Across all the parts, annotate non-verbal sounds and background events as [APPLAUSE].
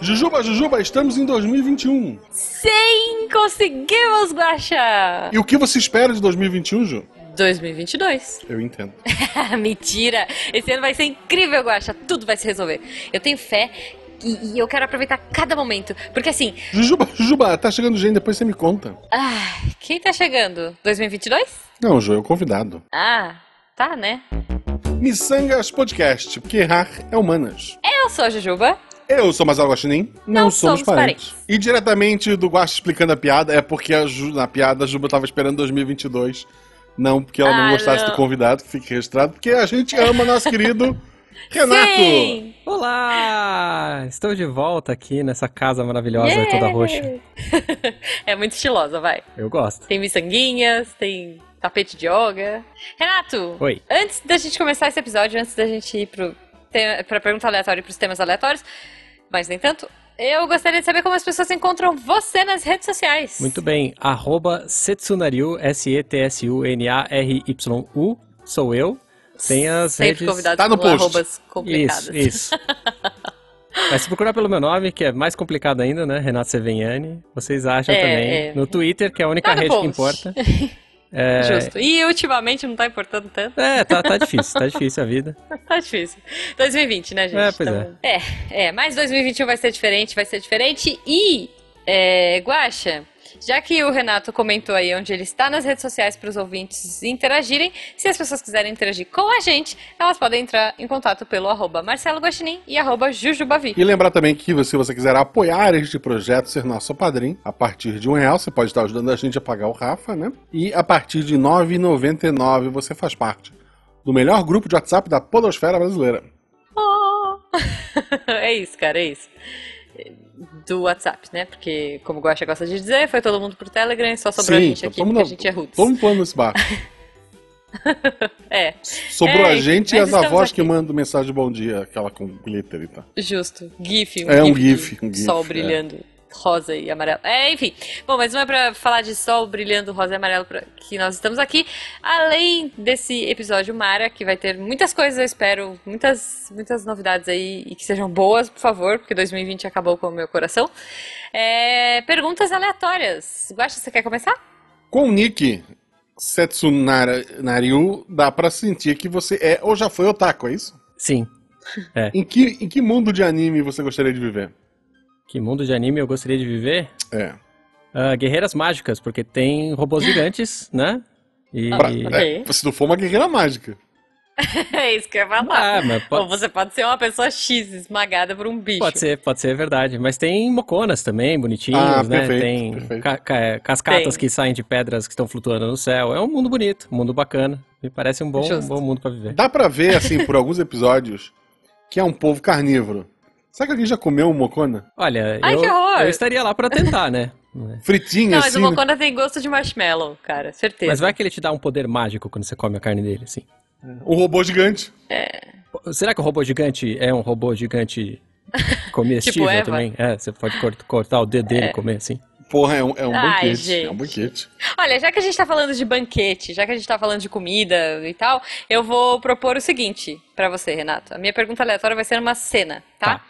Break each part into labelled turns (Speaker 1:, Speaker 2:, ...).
Speaker 1: Jujuba, Jujuba, estamos em 2021.
Speaker 2: Sim, conseguimos, Guaxa!
Speaker 1: E o que você espera de 2021, Ju?
Speaker 2: 2022.
Speaker 1: Eu entendo.
Speaker 2: [LAUGHS] Mentira! Esse ano vai ser incrível, Guaxa. Tudo vai se resolver. Eu tenho fé e, e eu quero aproveitar cada momento. Porque assim,
Speaker 1: Jujuba, Jujuba, tá chegando gente, depois você me conta.
Speaker 2: ah, quem tá chegando? 2022?
Speaker 1: Não, Ju, é o convidado.
Speaker 2: Ah, tá, né?
Speaker 1: Missangas Podcast, porque errar é humanas.
Speaker 2: Eu sou a Jujuba.
Speaker 1: Eu sou Marcelo Guaxinim, não,
Speaker 2: Não
Speaker 1: somos,
Speaker 2: somos
Speaker 1: parentes.
Speaker 2: parentes.
Speaker 1: E diretamente do Guax explicando a piada, é porque a Ju- na piada a Juba tava esperando 2022. Não porque ela não
Speaker 2: Ah,
Speaker 1: gostasse
Speaker 2: não.
Speaker 1: do convidado, que fique registrado, porque a gente ama nosso
Speaker 2: [LAUGHS]
Speaker 1: querido Renato.
Speaker 2: Sim!
Speaker 3: Olá! Estou de volta aqui nessa casa maravilhosa,
Speaker 2: Yeah!
Speaker 3: toda roxa.
Speaker 2: é muito estilosa, vai.
Speaker 3: Eu gosto.
Speaker 2: Tem miçanguinhas, tem tapete de yoga. Renato,
Speaker 3: Oi.
Speaker 2: antes da gente começar esse episódio, antes da gente ir pro te- pra pergunta aleatória e pros temas aleatórios, mas nem tanto, eu gostaria de saber como as pessoas encontram você nas redes sociais.
Speaker 3: Muito bem. Arroba Setsunariu, S-E-T-S-U-N-A-R-Y-U. Sou eu. Tem as
Speaker 2: Sempre
Speaker 3: redes...
Speaker 2: convidado
Speaker 1: Tá no
Speaker 2: com
Speaker 1: post.
Speaker 2: arrobas complicadas.
Speaker 3: Isso, isso.
Speaker 2: [LAUGHS]
Speaker 3: Mas se procurar pelo meu nome, que é mais complicado ainda, né? Renato Seveniani. Vocês acham
Speaker 2: É,
Speaker 3: também.
Speaker 2: é.
Speaker 3: No Twitter, que é a única
Speaker 2: Tá no
Speaker 3: rede
Speaker 2: post.
Speaker 3: que importa.
Speaker 2: [LAUGHS] Justo. E ultimamente não tá importando tanto.
Speaker 3: É, tá, tá difícil. Tá difícil a vida.
Speaker 2: Tá difícil. 2020, né, gente?
Speaker 3: É, pois
Speaker 2: é. É, é, mas 2021 vai ser diferente, vai ser diferente. E, é, Guaxa, já que o Renato comentou aí onde ele está nas redes sociais para os ouvintes interagirem, se as pessoas quiserem interagir com a gente, elas podem entrar em contato pelo arroba Marcelo Guaxinim e arroba Jujubavi.
Speaker 1: E lembrar também que se você quiser apoiar este projeto, ser nosso padrinho, a partir de um real você pode estar ajudando a gente a pagar o Rafa, né? E a partir de R$ 9,99 você faz parte do melhor grupo de WhatsApp da podosfera brasileira.
Speaker 2: Oh! [LAUGHS] é isso, cara, é isso. Do WhatsApp, né? Porque, como o Guaxa gosta de dizer, foi todo mundo pro Telegram e só sobrou a gente
Speaker 3: então
Speaker 2: aqui, porque a gente é roots.
Speaker 1: Toma um plano nesse
Speaker 2: [LAUGHS]
Speaker 1: bar.
Speaker 2: É.
Speaker 1: Sobrou
Speaker 2: É,
Speaker 1: a gente e
Speaker 2: mas
Speaker 1: as
Speaker 2: estamos
Speaker 1: avós que
Speaker 2: aqui.
Speaker 1: mandam mensagem de bom dia, aquela com glitter e tal.
Speaker 2: Justo. GIF.
Speaker 1: É, um
Speaker 2: de
Speaker 1: gif, um gif,
Speaker 2: Sol
Speaker 1: é.
Speaker 2: brilhando rosa e amarelo. É, enfim. Bom, mas não é pra falar de sol brilhando rosa e amarelo pra- que nós estamos aqui. Além desse episódio Mara, que vai ter muitas coisas, eu espero, muitas, muitas novidades aí e que sejam boas, por favor, porque 2020 acabou com o meu coração. É, perguntas aleatórias. Guaxa, você quer começar?
Speaker 1: Com o Nick Setsunariu, dá pra sentir que você é ou já foi otaku, é isso?
Speaker 3: Sim.
Speaker 1: Em que, em que mundo de anime você gostaria de viver?
Speaker 3: Que mundo de anime eu gostaria de viver?
Speaker 1: É.
Speaker 3: Ah, guerreiras mágicas, porque tem robôs gigantes, né? E.
Speaker 1: Pra-
Speaker 2: Ok.
Speaker 1: é, se não for uma guerreira mágica.
Speaker 2: [LAUGHS] É isso que eu ia falar.
Speaker 3: Ah, mas
Speaker 2: Ou
Speaker 3: pode,
Speaker 2: você pode ser uma pessoa X esmagada por um bicho.
Speaker 3: pode ser, pode ser verdade. Mas tem moconas também, bonitinhos,
Speaker 1: Ah,
Speaker 3: né?
Speaker 1: perfeito,
Speaker 3: tem
Speaker 1: perfeito.
Speaker 3: ca- ca- é, cascatas
Speaker 2: Tem.
Speaker 3: que saem de pedras que estão flutuando no céu. É um mundo bonito, um mundo bacana. Me parece um bom, um
Speaker 2: Justo.
Speaker 3: bom mundo pra viver.
Speaker 1: Dá pra ver, assim, por alguns episódios, que é um povo carnívoro. Será que alguém já comeu um mocona?
Speaker 3: Olha,
Speaker 2: Ai,
Speaker 3: eu,
Speaker 2: que horror!
Speaker 3: eu estaria lá pra
Speaker 2: [LAUGHS]
Speaker 3: tentar, né?
Speaker 1: Fritinho,
Speaker 2: Não, mas
Speaker 1: assim.
Speaker 2: o Mocona tem gosto de marshmallow, cara, certeza.
Speaker 3: Mas vai que ele te dá um poder mágico quando você come a carne dele, assim.
Speaker 1: O um robô gigante.
Speaker 3: Pô, Será que o robô gigante é um robô
Speaker 2: [LAUGHS]
Speaker 3: gigante comestível
Speaker 2: Tipo Eva?
Speaker 3: também? É, você pode cort- cortar o dedo dele e comer assim.
Speaker 1: Porra, é um, é um
Speaker 2: Ai,
Speaker 1: banquete.
Speaker 2: gente.
Speaker 1: É um banquete.
Speaker 2: Olha, já que a gente tá falando de banquete, já que a gente tá falando de comida e tal, eu vou propor o seguinte pra você, Renato. A minha pergunta aleatória vai ser uma cena, tá?
Speaker 3: Tá.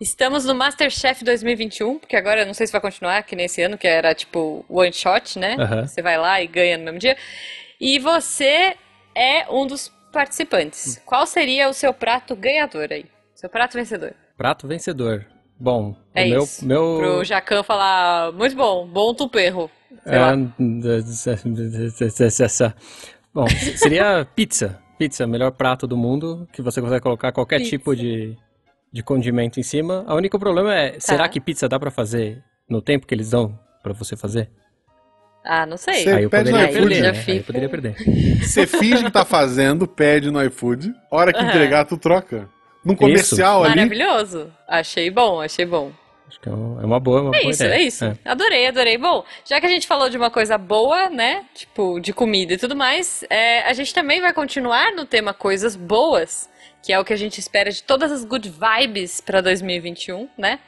Speaker 2: Estamos no MasterChef 2021, porque agora eu não sei se vai continuar, que nesse ano, que era tipo one shot, né?
Speaker 3: Aham.
Speaker 2: Você vai lá e ganha no mesmo dia. E você é um dos participantes.
Speaker 3: Hum.
Speaker 2: Qual seria o seu prato ganhador aí? Seu prato vencedor?
Speaker 3: Prato vencedor. Bom,
Speaker 2: É
Speaker 3: o meu,
Speaker 2: isso.
Speaker 3: meu
Speaker 2: Pro Jacan falar, muito bom, bom tu perro.
Speaker 3: é,
Speaker 2: Sei lá.
Speaker 3: Ah, [LAUGHS] Bom, seria pizza. Pizza, melhor prato do mundo, que você consegue colocar qualquer
Speaker 2: Pizza.
Speaker 3: tipo de, de condimento em cima. O único problema
Speaker 2: Tá.
Speaker 3: é, será que pizza dá pra fazer no tempo que eles dão pra você fazer?
Speaker 2: Ah, não sei.
Speaker 1: Sei.
Speaker 3: Aí eu
Speaker 1: pede
Speaker 3: poderia
Speaker 1: no iFood,
Speaker 3: perder,
Speaker 2: né?
Speaker 3: né?
Speaker 2: Já
Speaker 3: Aí eu poderia perder.
Speaker 1: Você finge que tá fazendo, pede no iFood. Hora que
Speaker 2: Aham.
Speaker 1: entregar, tu troca. Num comercial ali.
Speaker 2: Maravilhoso. Achei bom, achei bom.
Speaker 3: Acho que é um- é uma boa, uma
Speaker 2: É
Speaker 3: boa
Speaker 2: isso,
Speaker 3: ideia.
Speaker 2: é isso. Adorei, adorei. Bom, já que a gente falou de uma coisa boa, né? Tipo, de comida e tudo mais, é, a gente também vai continuar no tema coisas boas, que é o que a gente espera de todas as good vibes pra 2021, né?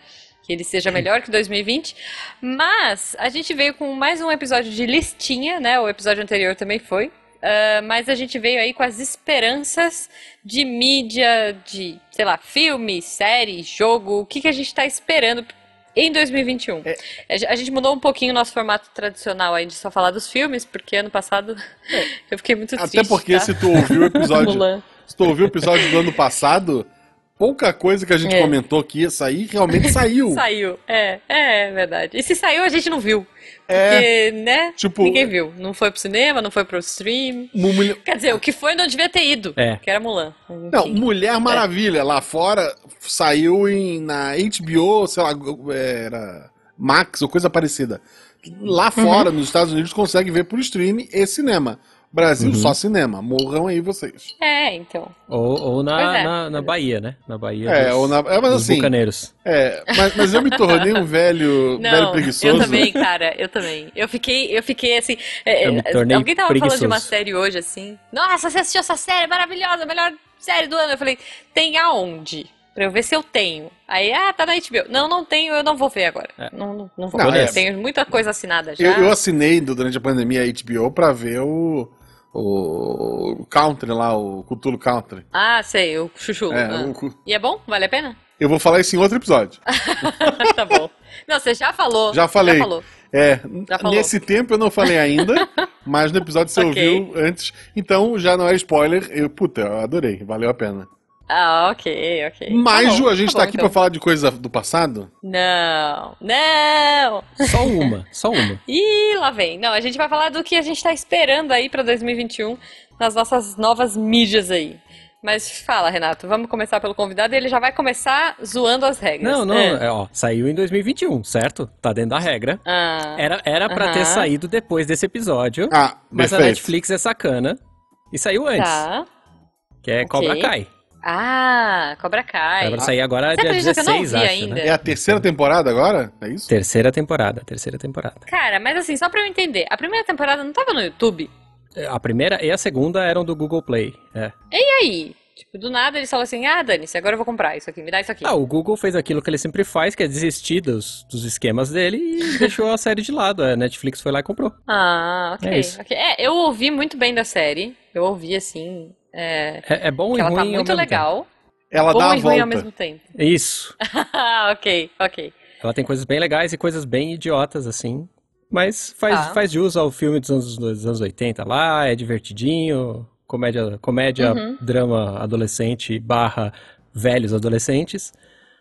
Speaker 2: Que ele seja melhor que 2020. Mas a gente veio com mais um episódio de listinha, né? O episódio anterior também foi. ah, mas a gente veio aí com as esperanças de mídia, de, sei lá, filme, série, jogo, o que, que a gente está esperando em 2021.
Speaker 1: É.
Speaker 2: A ge- A gente mudou um pouquinho o nosso formato tradicional aí de só falar dos filmes, porque ano passado [LAUGHS] eu fiquei muito triste.
Speaker 1: É. Até porque
Speaker 2: tá?
Speaker 1: se tu ouviu o episódio
Speaker 2: Mulan.
Speaker 1: Se tu ouviu o episódio do ano passado, pouca coisa que a gente
Speaker 2: É.
Speaker 1: comentou que ia sair realmente saiu.
Speaker 2: Saiu, é, é verdade. E se saiu, a gente não viu.
Speaker 1: É,
Speaker 2: Porque, né?
Speaker 1: Tipo-
Speaker 2: Ninguém viu. Não foi pro cinema, não foi pro stream.
Speaker 1: mu- mulher-
Speaker 2: Quer dizer, o que foi não devia ter ido,
Speaker 3: É.
Speaker 2: que era Mulan. Mas,
Speaker 1: não,
Speaker 2: enfim.
Speaker 1: Mulher Maravilha lá fora saiu em, na HBO, sei lá, era Max ou coisa parecida. Lá
Speaker 2: Uhum.
Speaker 1: fora, nos Estados Unidos, consegue ver por streaming e cinema. Brasil,
Speaker 3: Uhum.
Speaker 1: só cinema. Morram aí vocês.
Speaker 2: É, então.
Speaker 3: Ou, ou na,
Speaker 2: Pois é.
Speaker 3: na, na Bahia, né? Na Bahia
Speaker 1: É,
Speaker 3: dos,
Speaker 1: ou na- é, mas
Speaker 3: dos
Speaker 1: assim-
Speaker 3: bucaneiros.
Speaker 1: É, mas, mas eu me tornei um velho, velho
Speaker 2: [LAUGHS] Não,
Speaker 1: preguiçoso.
Speaker 2: eu também, cara, eu também. Eu fiquei, eu fiquei assim. é,
Speaker 3: Eu me
Speaker 2: é,
Speaker 3: tornei
Speaker 2: alguém tava falando de uma
Speaker 3: preguiçoso.
Speaker 2: série hoje assim. Nossa, você assistiu essa série maravilhosa, melhor série do ano. Eu falei, tem aonde? Pra eu ver se eu tenho. Aí, ah, tá na HBO. Não, não tenho, eu não vou ver agora.
Speaker 3: É.
Speaker 2: Não, não, não vou
Speaker 1: Não,
Speaker 2: ver.
Speaker 1: é.
Speaker 2: Eu Tenho muita coisa assinada já.
Speaker 1: Eu, eu assinei durante a pandemia a HBO pra ver o, o, o Country lá, o Cthulhu Country.
Speaker 2: Ah, sei, o chuchu.
Speaker 1: É,
Speaker 2: ah.
Speaker 1: o cu-
Speaker 2: E é bom? Vale a pena? [LAUGHS]
Speaker 1: eu vou falar isso em outro episódio.
Speaker 2: tá bom. Não, você já falou.
Speaker 1: Já falei.
Speaker 2: Já falou.
Speaker 1: É,
Speaker 2: Já falou.
Speaker 1: nesse tempo eu não falei
Speaker 2: [LAUGHS]
Speaker 1: ainda, mas no episódio você
Speaker 2: Ok.
Speaker 1: ouviu antes. Então já não é spoiler. Eu, puta, eu adorei, valeu a pena.
Speaker 2: Ah, ok, ok.
Speaker 1: Mas,
Speaker 2: tá bom,
Speaker 1: Ju, a gente tá,
Speaker 2: bom,
Speaker 1: aqui
Speaker 2: então.
Speaker 1: pra falar de coisa do passado?
Speaker 2: Não, não!
Speaker 3: Só uma, só uma.
Speaker 2: Ih, lá vem. Não, a gente vai falar do que a gente tá esperando aí pra 2021 nas nossas novas mídias aí. Mas fala, Renato, vamos começar pelo convidado e ele já vai começar zoando as regras.
Speaker 3: Não, não,
Speaker 2: É.
Speaker 3: é, ó, saiu em 2021, certo? Tá dentro da regra.
Speaker 2: Ah,
Speaker 3: Era, era pra ter
Speaker 2: Aham.
Speaker 3: saído depois desse episódio,
Speaker 1: Ah,
Speaker 3: mas a
Speaker 1: perfeito.
Speaker 3: Netflix é sacana e saiu antes,
Speaker 2: tá.
Speaker 3: que é Cobra
Speaker 2: Ok.
Speaker 3: Kai.
Speaker 2: Ah, Cobra Kai.
Speaker 3: Era pra sair agora
Speaker 2: Você
Speaker 3: dia
Speaker 2: acredita que eu não
Speaker 3: 16,
Speaker 2: vi
Speaker 3: acho,
Speaker 2: ainda?
Speaker 3: né?
Speaker 1: É a terceira temporada agora? É isso?
Speaker 3: Terceira temporada, terceira temporada.
Speaker 2: Cara, mas assim, só pra eu entender, a primeira temporada não tava no YouTube?
Speaker 3: A primeira e a segunda eram do Google Play, é.
Speaker 2: E aí? Tipo, do nada eles falam assim, ah, dane-se, agora eu vou comprar isso aqui, me dá isso aqui.
Speaker 3: Ah, o Google fez aquilo que ele sempre faz, que é desistir dos, dos esquemas dele e [LAUGHS] deixou a série de lado. A Netflix foi lá e comprou.
Speaker 2: Ah, ok,
Speaker 3: É isso.
Speaker 2: ok. É, eu ouvi muito bem da série. Eu ouvi assim. é,
Speaker 3: É, é bom
Speaker 2: que
Speaker 3: e
Speaker 2: ela
Speaker 3: ruim
Speaker 2: tá
Speaker 3: ao
Speaker 2: muito
Speaker 3: mesmo
Speaker 2: legal.
Speaker 1: Ela
Speaker 2: Bom
Speaker 1: dá a
Speaker 2: e ruim ao
Speaker 1: volta.
Speaker 2: mesmo tempo.
Speaker 3: tempo. Isso.
Speaker 2: Ah, ok, ok.
Speaker 3: Ela tem coisas bem legais e coisas bem idiotas, assim. Mas faz,
Speaker 2: Tá.
Speaker 3: faz de uso ao filme dos anos, dos anos 80 lá, é divertidinho. Comédia, comédia
Speaker 2: Uhum.
Speaker 3: drama adolescente barra velhos adolescentes.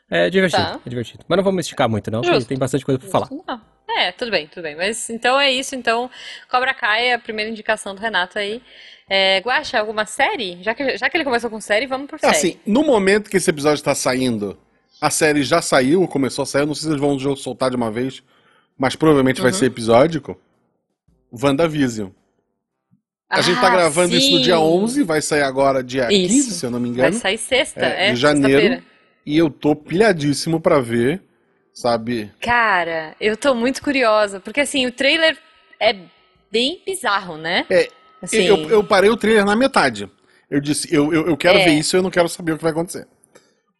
Speaker 3: É divertido,
Speaker 2: Tá.
Speaker 3: é divertido. Mas não vamos esticar muito, não, porque
Speaker 2: Justo.
Speaker 3: tem bastante coisa pra falar.
Speaker 2: Não. É, tudo bem, tudo bem. Mas então é isso. Então, Cobra Kai é a primeira indicação do Renato aí. É, Guaxa, alguma série? Já que, já que ele começou com série, vamos por
Speaker 1: É
Speaker 2: série.
Speaker 1: assim, no momento que esse episódio está saindo, a série já saiu, começou a sair, eu não sei se eles vão jo- soltar de uma vez, mas provavelmente vai
Speaker 2: Uhum.
Speaker 1: ser episódico. WandaVision. A gente tá
Speaker 2: Ah,
Speaker 1: gravando isso no dia
Speaker 2: sim.
Speaker 1: 11, vai sair agora dia
Speaker 2: Isso.
Speaker 1: 15, se eu não me
Speaker 2: Vai
Speaker 1: engano.
Speaker 2: sair sexta,
Speaker 1: É,
Speaker 2: é,
Speaker 1: de janeiro.
Speaker 2: sexta-feira.
Speaker 1: E eu tô pilhadíssimo pra ver, sabe?
Speaker 2: Cara, eu tô muito curiosa, porque assim, o trailer é bem bizarro, né?
Speaker 1: É,
Speaker 2: Assim,
Speaker 1: Eu, eu parei o trailer na metade. Eu disse, eu, eu, eu quero
Speaker 2: É.
Speaker 1: ver isso, eu não quero saber o que vai acontecer.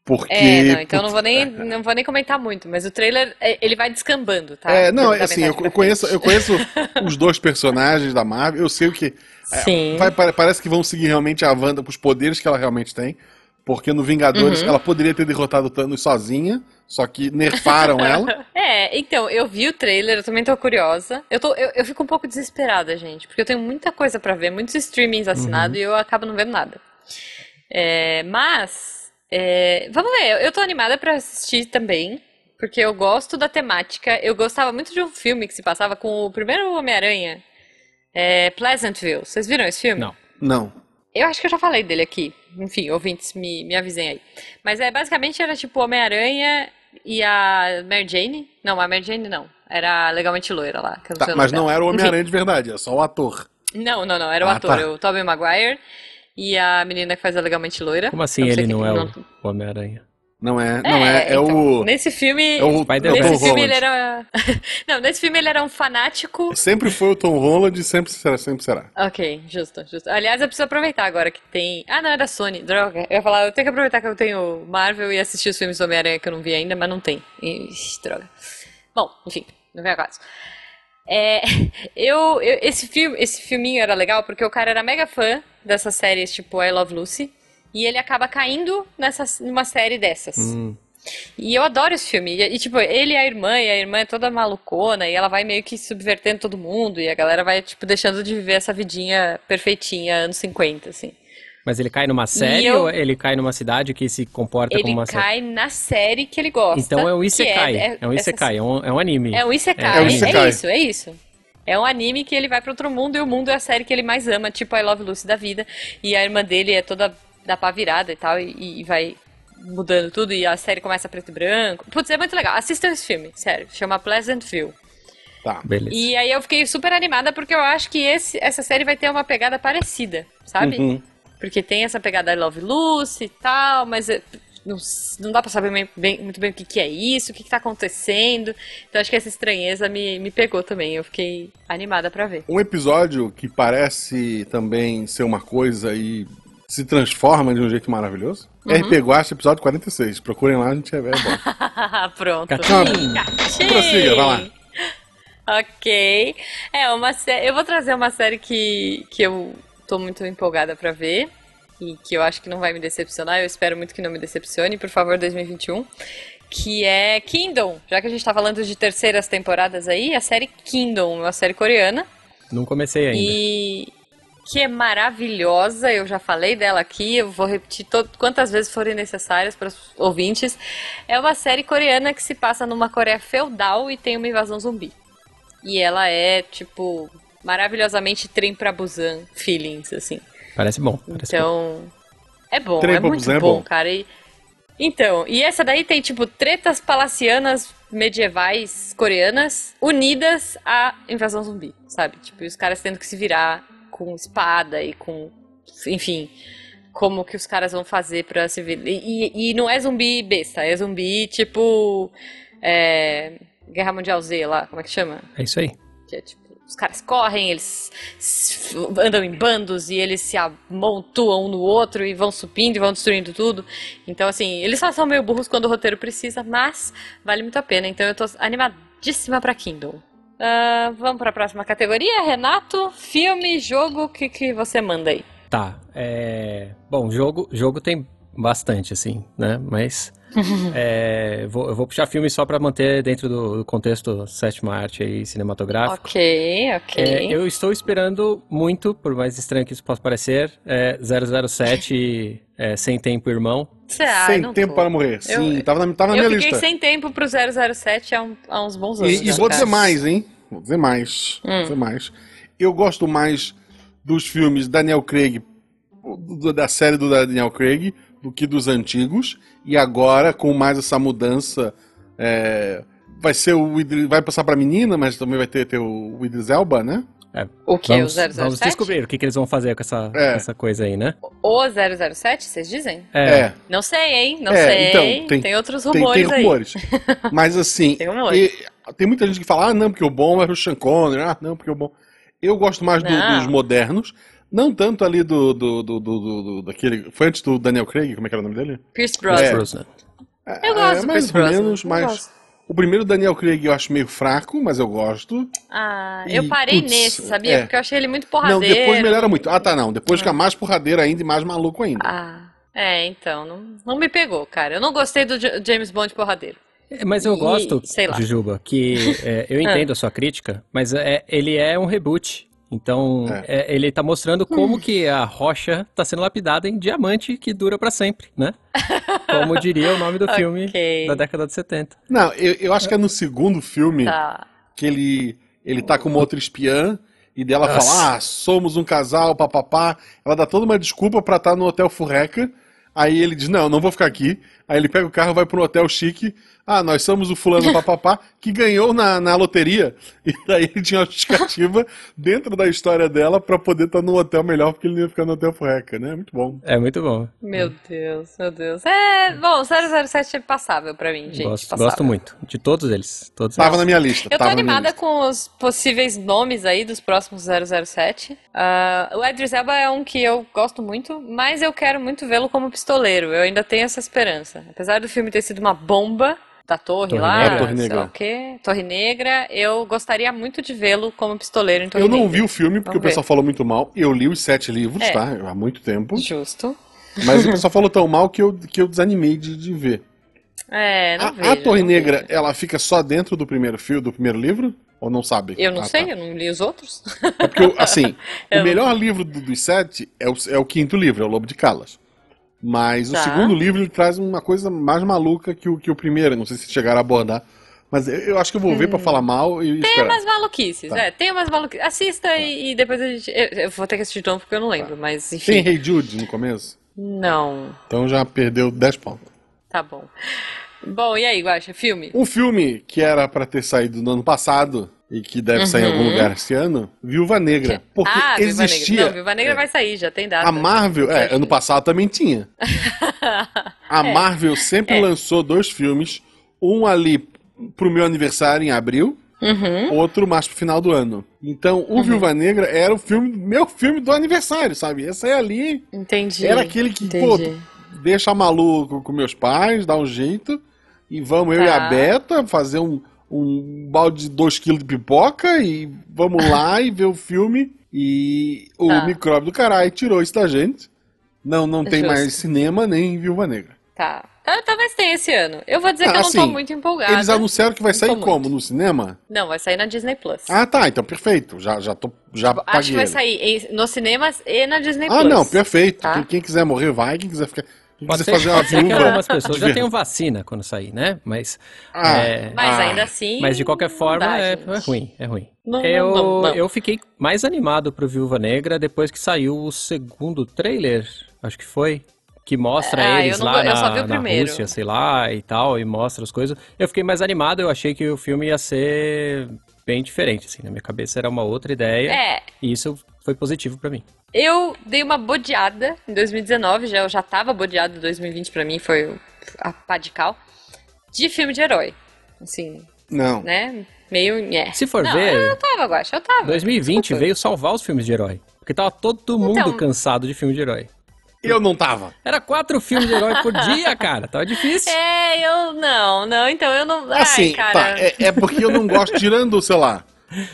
Speaker 1: Porque.
Speaker 2: é, não, então eu não
Speaker 1: putz,
Speaker 2: vou nem, não vou nem comentar muito, mas o trailer, é, ele vai descambando, tá?
Speaker 1: É, não,
Speaker 2: Da
Speaker 1: é assim, eu,
Speaker 2: metade pra
Speaker 1: eu conheço, eu
Speaker 2: [LAUGHS]
Speaker 1: conheço os dois personagens da Marvel, eu sei o que.
Speaker 2: frente. Sim.
Speaker 1: Vai- pare- parece que vão seguir realmente a Wanda com os poderes que ela realmente tem. Porque no Vingadores
Speaker 2: Uhum.
Speaker 1: ela poderia ter derrotado o Thanos sozinha, só que
Speaker 2: [LAUGHS]
Speaker 1: nerfaram ela.
Speaker 2: É, então, eu vi o trailer, eu também tô curiosa. Eu, tô, eu, eu fico um pouco desesperada, gente, porque eu tenho muita coisa pra ver, muitos streamings assinados e eu acabo não vendo nada. É, mas, é, vamos ver, eu tô animada pra assistir também, porque eu gosto da temática. Eu gostava muito de um filme que se passava com o primeiro Homem-Aranha, é, Pleasantville. Vocês viram esse filme?
Speaker 3: Não.
Speaker 1: Não. tá,
Speaker 2: Eu acho que eu já falei dele aqui. Enfim, ouvintes, me, me avisem aí. Mas é basicamente era tipo Homem-Aranha e a Mary Jane. Não, a Mary Jane não. Era a legalmente loira lá. que eu não
Speaker 1: Tá,
Speaker 2: sei o
Speaker 1: mas
Speaker 2: nome
Speaker 1: não
Speaker 2: dela.
Speaker 1: era o Homem-Aranha de verdade, é só o ator.
Speaker 2: Não, não, não. Era o
Speaker 1: Ah,
Speaker 2: ator,
Speaker 1: tá.
Speaker 2: o Tobey Maguire e a menina que faz a legalmente loira.
Speaker 3: Como assim
Speaker 2: Eu não sei
Speaker 3: ele
Speaker 2: quem-
Speaker 3: não é o o Homem-Aranha?
Speaker 1: Não é, não é, é,
Speaker 2: então,
Speaker 1: o.
Speaker 2: Nesse filme.
Speaker 1: É o, é
Speaker 3: Spider-Man.
Speaker 1: o Tom
Speaker 2: Nesse filme
Speaker 1: Holland.
Speaker 2: ele era. [LAUGHS] Não, nesse filme ele era um fanático.
Speaker 1: Sempre foi o Tom Holland e sempre será, sempre será.
Speaker 2: Ok, justo, justo. Aliás, eu preciso aproveitar agora que tem. Ah, não, era Sony. Droga. Eu ia falar, eu tenho que aproveitar que eu tenho Marvel e assistir os filmes do Homem-Aranha que eu não vi ainda, mas não tem. Ixi, droga. Bom, enfim, não vem a caso. É, [LAUGHS] eu, eu- esse filme, esse filminho era legal porque o cara era mega fã dessas séries tipo I Love Lucy e ele acaba caindo nessa, numa série dessas.
Speaker 1: Hum.
Speaker 2: E eu adoro esse filme. E, e, tipo, ele e a irmã, e a irmã é toda malucona, e ela vai meio que subvertendo todo mundo, e a galera vai, tipo, deixando de viver essa vidinha perfeitinha, anos 50, assim.
Speaker 3: Mas ele cai numa série
Speaker 2: eu-
Speaker 3: ou ele cai numa cidade que se comporta como
Speaker 2: Ele
Speaker 3: uma série?
Speaker 2: cai na série que ele gosta.
Speaker 3: Então é um
Speaker 2: que
Speaker 3: Isekai. É, um
Speaker 2: essa-
Speaker 3: Isekai, é um, é um anime.
Speaker 2: É um
Speaker 3: É
Speaker 2: Isekai.
Speaker 3: um
Speaker 1: isekai.
Speaker 2: É isso, é isso. É um anime que ele vai pra outro mundo e o mundo é a série que ele mais ama, tipo I Love Lucy da vida. E a irmã dele é toda da pá virada e tal, e, e vai mudando tudo. E a série começa preto e branco. Putz, é muito legal. Assistam esse filme, sério. Chama Pleasant View.
Speaker 1: Tá.
Speaker 2: um
Speaker 3: Beleza.
Speaker 2: E aí eu fiquei super animada porque eu acho que esse- essa série vai ter uma pegada parecida, sabe?
Speaker 1: Uhum.
Speaker 2: Porque tem essa pegada I Love Lucy e tal, mas eh, não, s- não dá pra saber bem- bem- muito bem o que, que é isso, o que, que tá acontecendo. Então acho que essa estranheza me, me pegou também. Eu fiquei animada pra ver.
Speaker 1: Um episódio que parece também ser uma coisa e se transforma de um jeito maravilhoso.
Speaker 2: Uhum.
Speaker 1: RP Guacha, episódio 46. Procurem lá, a gente é é
Speaker 2: [LAUGHS]
Speaker 1: bom.
Speaker 2: Pronto.
Speaker 3: Catim.
Speaker 2: Catim.
Speaker 1: Prossiga, vai lá.
Speaker 2: Ok. É, uma série. Eu vou trazer uma série que, que eu tô muito empolgada pra ver. E que eu acho que não vai me decepcionar. Eu espero muito que não me decepcione, por favor, 2021. Que é Kingdom. Já que a gente tá falando de terceiras temporadas aí, a série Kingdom, uma série coreana.
Speaker 3: Não comecei ainda.
Speaker 2: E que é maravilhosa, eu já falei dela aqui, eu vou repetir to- quantas vezes forem necessárias para os ouvintes. É uma série coreana que se passa numa Coreia feudal e tem uma invasão zumbi. E ela é, tipo, maravilhosamente trem pra Busan feelings, assim.
Speaker 3: Parece bom. Parece bom.
Speaker 2: Então, é bom,
Speaker 1: Trem
Speaker 2: é
Speaker 1: pra
Speaker 2: muito
Speaker 1: Busan é
Speaker 2: bom,
Speaker 1: bom.
Speaker 2: cara. E- então, e essa daí tem, tipo, tretas palacianas medievais coreanas unidas à invasão zumbi, sabe? Tipo, e os caras tendo que se virar com espada e com. Enfim, como que os caras vão fazer pra se virar. E, e- e não é zumbi besta, é zumbi tipo. é, Guerra Mundial Z lá, como é que chama?
Speaker 3: É isso aí.
Speaker 2: Que é tipo, os caras correm, eles s- andam em bandos e eles se amontoam um no outro e vão subindo e vão destruindo tudo. Então, assim, eles só são meio burros quando o roteiro precisa, mas vale muito a pena. Então eu tô animadíssima pra Kindle. Ah, vamos pra próxima categoria, Renato. Filme, jogo, o que, que você manda aí?
Speaker 3: Tá. é, Bom, jogo, jogo tem bastante, assim, né?
Speaker 2: [LAUGHS]
Speaker 3: Mas é, vou- eu vou puxar filme só pra manter dentro do, do contexto sétima arte aí, cinematográfico.
Speaker 2: ok, ok.
Speaker 3: É, eu estou esperando muito, por mais estranho que isso possa parecer, é 007 é, Sem Tempo Irmão.
Speaker 2: Ah,
Speaker 1: sem
Speaker 2: não
Speaker 1: tempo
Speaker 2: tô.
Speaker 1: para morrer. Sim, tava na, tava na
Speaker 2: Eu
Speaker 1: minha
Speaker 2: fiquei
Speaker 1: lista.
Speaker 2: sem tempo pro 007 há, um- há uns bons anos. né?
Speaker 1: E, e
Speaker 2: já,
Speaker 1: vou dizer
Speaker 2: cara. Hum.
Speaker 1: mais, hein? Vou dizer mais. Vou dizer mais. Eu gosto mais dos filmes Daniel Craig, do- da série do Daniel Craig, do que dos antigos. E agora, com mais essa mudança, é, vai ser o Idri- vai passar pra menina, mas também vai ter, ter o Idris Elba, né?
Speaker 2: O que?
Speaker 3: Vamos,
Speaker 2: o 007?
Speaker 3: vamos descobrir o que, que eles vão fazer com essa,
Speaker 1: É.
Speaker 3: com essa coisa aí, né?
Speaker 2: O 007, vocês dizem?
Speaker 1: É,
Speaker 2: Não sei, hein? Não
Speaker 1: É,
Speaker 2: sei.
Speaker 1: então, tem-
Speaker 2: tem, outros
Speaker 1: tem,
Speaker 2: rumores
Speaker 1: tem
Speaker 2: aí. [LAUGHS]
Speaker 1: rumores. Mas assim,
Speaker 2: Tem um rumores.
Speaker 1: e- tem muita gente que fala, ah, não, porque o bom era o Sean Connery, ah, não, porque o bom... Eu gosto mais do-
Speaker 2: Não.
Speaker 1: dos modernos, não tanto ali do, do, do, do- do- do- daquele... Foi antes do Daniel Craig, como é que era o nome dele?
Speaker 2: Pierce
Speaker 1: É.
Speaker 2: Brosnan.
Speaker 3: Brosnan.
Speaker 1: É,
Speaker 2: Eu gosto
Speaker 1: é,
Speaker 2: do
Speaker 1: mais
Speaker 2: Pierce
Speaker 1: ou
Speaker 2: Brosnan.
Speaker 1: menos,
Speaker 2: eu
Speaker 1: mas...
Speaker 2: gosto.
Speaker 1: O primeiro Daniel Craig eu acho meio fraco, mas eu gosto.
Speaker 2: Ah,
Speaker 1: E,
Speaker 2: eu parei
Speaker 1: putz,
Speaker 2: nesse, sabia?
Speaker 1: é.
Speaker 2: Porque eu achei ele muito
Speaker 1: Não,
Speaker 2: porradeiro.
Speaker 1: depois melhora muito. Ah, tá, não. Depois fica mais porradeiro ainda e mais maluco ainda.
Speaker 2: Ah, é, então. Não, não me pegou, cara. Eu não gostei do J- James Bond porradeiro.
Speaker 3: É, Mas eu
Speaker 2: E,
Speaker 3: gosto,
Speaker 2: sei lá. Ah.
Speaker 3: Jujuba, que é,
Speaker 2: [LAUGHS]
Speaker 3: eu entendo a sua crítica, mas é- ele é um reboot. Então, é, ele tá
Speaker 2: Hum.
Speaker 3: mostrando como que a rocha tá sendo lapidada em diamante que dura pra sempre,
Speaker 2: [LAUGHS]
Speaker 3: né? Como diria o nome do filme
Speaker 2: Ok.
Speaker 3: da década de 70.
Speaker 1: Não, eu, eu acho que é no segundo filme
Speaker 2: Tá.
Speaker 1: que ele, ele tá com uma outra espiã e dela
Speaker 3: Nossa.
Speaker 1: fala, ah, somos um casal, papapá. Ela dá toda uma desculpa pra estar no hotel Furreca. Aí ele diz, não, não vou ficar aqui. Aí ele pega o carro, vai pro um hotel chique. Ah, nós somos o fulano
Speaker 2: [LAUGHS]
Speaker 1: papapá, que ganhou na, na loteria. [LAUGHS] E daí ele tinha uma
Speaker 2: [LAUGHS]
Speaker 1: justificativa dentro da história dela pra poder estar num hotel melhor, porque ele não ia ficar no hotel Furreca, né? Muito bom.
Speaker 3: É muito bom.
Speaker 2: Meu Deus, meu Deus. É, bom, 007 é passável pra mim, gente.
Speaker 3: gosto,
Speaker 2: passável.
Speaker 3: gosto muito. De todos eles. Todos
Speaker 1: Tava
Speaker 3: eles.
Speaker 1: na minha lista.
Speaker 2: Eu tô
Speaker 1: tava na minha
Speaker 2: animada
Speaker 1: lista.
Speaker 2: com os possíveis nomes aí dos próximos 007. Ah, o Idris Elba é um que eu gosto muito, mas eu quero muito vê-lo como pistoleiro. Eu ainda tenho essa esperança. Apesar do filme ter sido uma bomba, da torre,
Speaker 3: Torre
Speaker 2: lá,
Speaker 1: Negra. É, Torre
Speaker 2: sei
Speaker 1: Negra.
Speaker 2: lá o quê, Torre Negra, eu gostaria muito de vê-lo como pistoleiro em Torre
Speaker 1: Eu não
Speaker 2: Negra.
Speaker 1: vi o filme porque
Speaker 2: Vamos
Speaker 1: o pessoal
Speaker 2: ver.
Speaker 1: falou muito mal. Eu li os sete livros,
Speaker 2: É.
Speaker 1: tá? Há muito tempo.
Speaker 2: Justo.
Speaker 1: Mas [LAUGHS] o pessoal falou tão mal que eu, que eu desanimei de, de ver.
Speaker 2: É, não
Speaker 1: A,
Speaker 2: vejo,
Speaker 1: a Torre
Speaker 2: não
Speaker 1: Negra,
Speaker 2: vejo.
Speaker 1: ela fica só dentro do primeiro fio, do primeiro livro? Ou não sabe?
Speaker 2: Eu não
Speaker 1: Ah,
Speaker 2: sei,
Speaker 1: tá.
Speaker 2: eu não li os outros.
Speaker 1: É porque, eu-
Speaker 2: [LAUGHS]
Speaker 1: assim, o
Speaker 2: Eu não-
Speaker 1: melhor livro do- dos sete é o, é o quinto livro, é o Lobo de Calas. Mas o
Speaker 2: Tá.
Speaker 1: segundo livro ele traz uma coisa mais maluca que o, que o primeiro. Não sei se chegaram a abordar. Mas eu, eu acho que eu vou ver pra falar mal e
Speaker 2: Hum. Tem
Speaker 1: esperar.
Speaker 2: umas maluquices,
Speaker 1: Tá.
Speaker 2: é, tem umas maluquices. Assista e, e depois a gente. Eu, eu vou ter que assistir de novo porque eu não lembro, mas
Speaker 1: Tá. Tem
Speaker 2: enfim.
Speaker 1: Rei Jude no começo?
Speaker 2: Não,
Speaker 1: Então já perdeu 10 pontos.
Speaker 2: tá bom. Bom, e aí, Guaxa, filme?
Speaker 1: Um filme que era pra ter saído no ano passado e que deve sair em algum lugar esse ano, Viúva Negra. Porque
Speaker 2: Uhum. ah, Viva
Speaker 1: existia.
Speaker 2: Negra. Não, Viva Negra
Speaker 1: É.
Speaker 2: vai sair, já tem data.
Speaker 1: A Marvel, é, ano passado também tinha. A
Speaker 2: [LAUGHS] É.
Speaker 1: Marvel sempre lançou dois filmes, um ali pro meu aniversário em abril,
Speaker 2: [LAUGHS] Uhum.
Speaker 1: outro mais pro final do ano. Então, o Viúva Negra era o filme, meu filme do aniversário, sabe? Esse aí ali
Speaker 2: Entendi.
Speaker 1: era aquele que, pô,
Speaker 2: Entendi.
Speaker 1: deixa maluco com meus pais, dá um jeito, e vamos eu e a
Speaker 2: Tá.
Speaker 1: Beta fazer um, um balde de 2kg de pipoca e vamos
Speaker 2: [LAUGHS]
Speaker 1: lá e ver o filme. E o
Speaker 2: Tá.
Speaker 1: micróbio do caralho tirou isso da gente. Não, não tem
Speaker 2: Justo.
Speaker 1: mais cinema nem Viúva Negra.
Speaker 2: Tá. Ah, Talvez tenha esse ano. Eu vou dizer
Speaker 1: Ah,
Speaker 2: que eu não tô
Speaker 1: assim,
Speaker 2: muito empolgada.
Speaker 1: Eles anunciaram que vai sair
Speaker 2: tô
Speaker 1: como?
Speaker 2: Tá, muito.
Speaker 1: No cinema?
Speaker 2: Não, vai sair na Disney Plus.
Speaker 1: Ah, tá, então perfeito. Já, já, tô, já paguei.
Speaker 2: Acho que vai
Speaker 1: ele.
Speaker 2: sair em- nos cinemas e na Disney
Speaker 1: Ah,
Speaker 2: Plus.
Speaker 1: não, perfeito.
Speaker 2: Tá.
Speaker 1: Quem, quem quiser morrer, vai. Quem quiser ficar. Quem
Speaker 3: Pode
Speaker 1: quiser
Speaker 3: ser,
Speaker 1: fazer uma
Speaker 3: pode ser que [LAUGHS]
Speaker 1: viúva.
Speaker 3: algumas pessoas
Speaker 1: de
Speaker 3: já
Speaker 1: ver-
Speaker 3: tenham vacina quando sair, né? Mas,
Speaker 1: Ah,
Speaker 3: é,
Speaker 2: Mas
Speaker 1: Ah.
Speaker 2: ainda assim.
Speaker 3: mas de qualquer
Speaker 2: não
Speaker 3: forma
Speaker 2: dá,
Speaker 3: é,
Speaker 2: gente.
Speaker 3: é ruim, é ruim.
Speaker 2: Não, não,
Speaker 3: eu,
Speaker 2: não, não.
Speaker 3: eu fiquei mais animado pro Viúva Negra depois que saiu o segundo trailer, acho que foi, que mostra
Speaker 2: Ah, eu
Speaker 3: eles
Speaker 2: não
Speaker 3: lá
Speaker 2: go- eu
Speaker 3: na,
Speaker 2: só vi o
Speaker 3: na
Speaker 2: primeiro.
Speaker 3: Rússia, sei lá, e tal, e mostra as coisas. Eu fiquei mais animado, eu achei que o filme ia ser bem diferente, assim, na minha cabeça era uma outra ideia,
Speaker 2: É,
Speaker 3: e isso foi positivo pra mim.
Speaker 2: eu dei uma bodeada em 2019, já, eu já tava bodeado em 2020 pra mim, foi o- a pá de cal, de filme de herói. Assim,
Speaker 1: Não.
Speaker 2: né? Meio. É.
Speaker 3: Se for
Speaker 2: Não,
Speaker 3: ver-
Speaker 2: Eu tava, Guaxa, eu tava.
Speaker 3: 2020
Speaker 2: Desculpa.
Speaker 3: veio salvar os filmes de herói, porque tava todo mundo
Speaker 2: Então-
Speaker 3: cansado de filme de herói.
Speaker 1: Eu não tava.
Speaker 3: Era quatro filmes de herói
Speaker 2: [LAUGHS]
Speaker 3: por dia, cara. Tava difícil.
Speaker 2: É, eu não, não, então eu não.
Speaker 1: Assim,
Speaker 2: Ai, cara.
Speaker 1: tá, é, é porque eu não gosto, tirando, sei lá,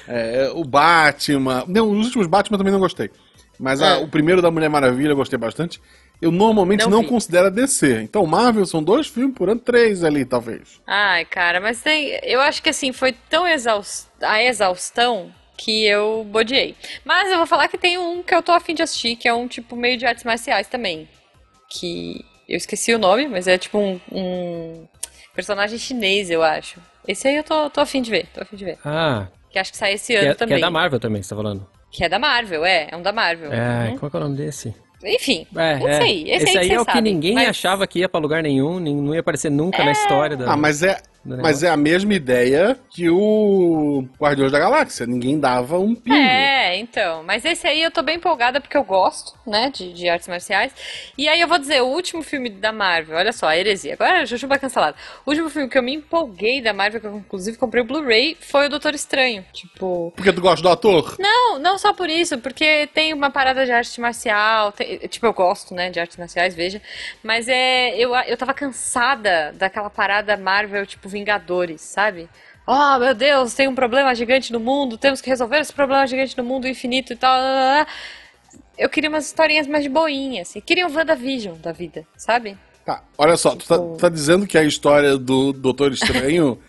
Speaker 1: é, o Batman. Não, os últimos Batman eu também não gostei. Mas a-
Speaker 2: É.
Speaker 1: o primeiro da Mulher Maravilha eu gostei bastante. Eu normalmente
Speaker 2: Não
Speaker 1: não,
Speaker 2: vi.
Speaker 1: considero a DC. Então, Marvel são dois filmes por ano, três ali, talvez.
Speaker 2: Ai, cara, mas tem. Eu acho que assim, foi tão exaus- a exaustão que eu bodeei. Mas eu vou falar que tem um que eu tô afim de assistir, que é um tipo meio de artes marciais também. Que eu esqueci o nome, mas é tipo um, um personagem chinês, eu acho. Esse aí eu tô, tô afim de ver, tô afim de ver.
Speaker 3: Ah,
Speaker 2: Que acho que sai esse
Speaker 3: que
Speaker 2: ano
Speaker 3: é, que
Speaker 2: também.
Speaker 3: é da Marvel também, você tá falando.
Speaker 2: Que é da Marvel, é, é um da Marvel.
Speaker 3: É,
Speaker 2: Uhum.
Speaker 3: como é que é o nome desse?
Speaker 2: Enfim,
Speaker 3: É,
Speaker 2: esse
Speaker 3: é.
Speaker 2: aí, esse, aí que
Speaker 3: aí
Speaker 2: vocês
Speaker 3: é o que
Speaker 2: sabem,
Speaker 3: ninguém
Speaker 2: mas-
Speaker 3: achava que ia pra lugar nenhum, nem- não ia aparecer nunca na história da.
Speaker 1: Ah, mas é, mas
Speaker 3: do negócio.
Speaker 1: é a mesma ideia que o Guardiões da Galáxia. Ninguém dava um pingo.
Speaker 2: É, então. Mas esse aí eu tô bem empolgada porque eu gosto, né, de, de artes marciais. E aí eu vou dizer, o último filme da Marvel, olha só, a heresia. Agora a Jujuba é cancelada. O último filme que eu me empolguei da Marvel, que eu inclusive comprei o Blu-ray, foi o Doutor Estranho. Tipo.
Speaker 1: Porque tu gosta do ator?
Speaker 2: Não, não só por isso, porque tem uma parada de arte marcial. tem- tipo, eu gosto, né, de artes marciais, veja. Mas é. Eu, eu tava cansada daquela parada Marvel, tipo, Vingadores, sabe? Oh, meu Deus, tem um problema gigante no mundo, temos que resolver esse problema gigante no mundo infinito e tal. lá, lá, lá. Eu queria umas historinhas mais de boinha, assim. Queria um WandaVision da vida, sabe?
Speaker 1: Tá, olha só, tu tá,
Speaker 2: Tipo-
Speaker 1: tá dizendo que a história do Doutor Estranho,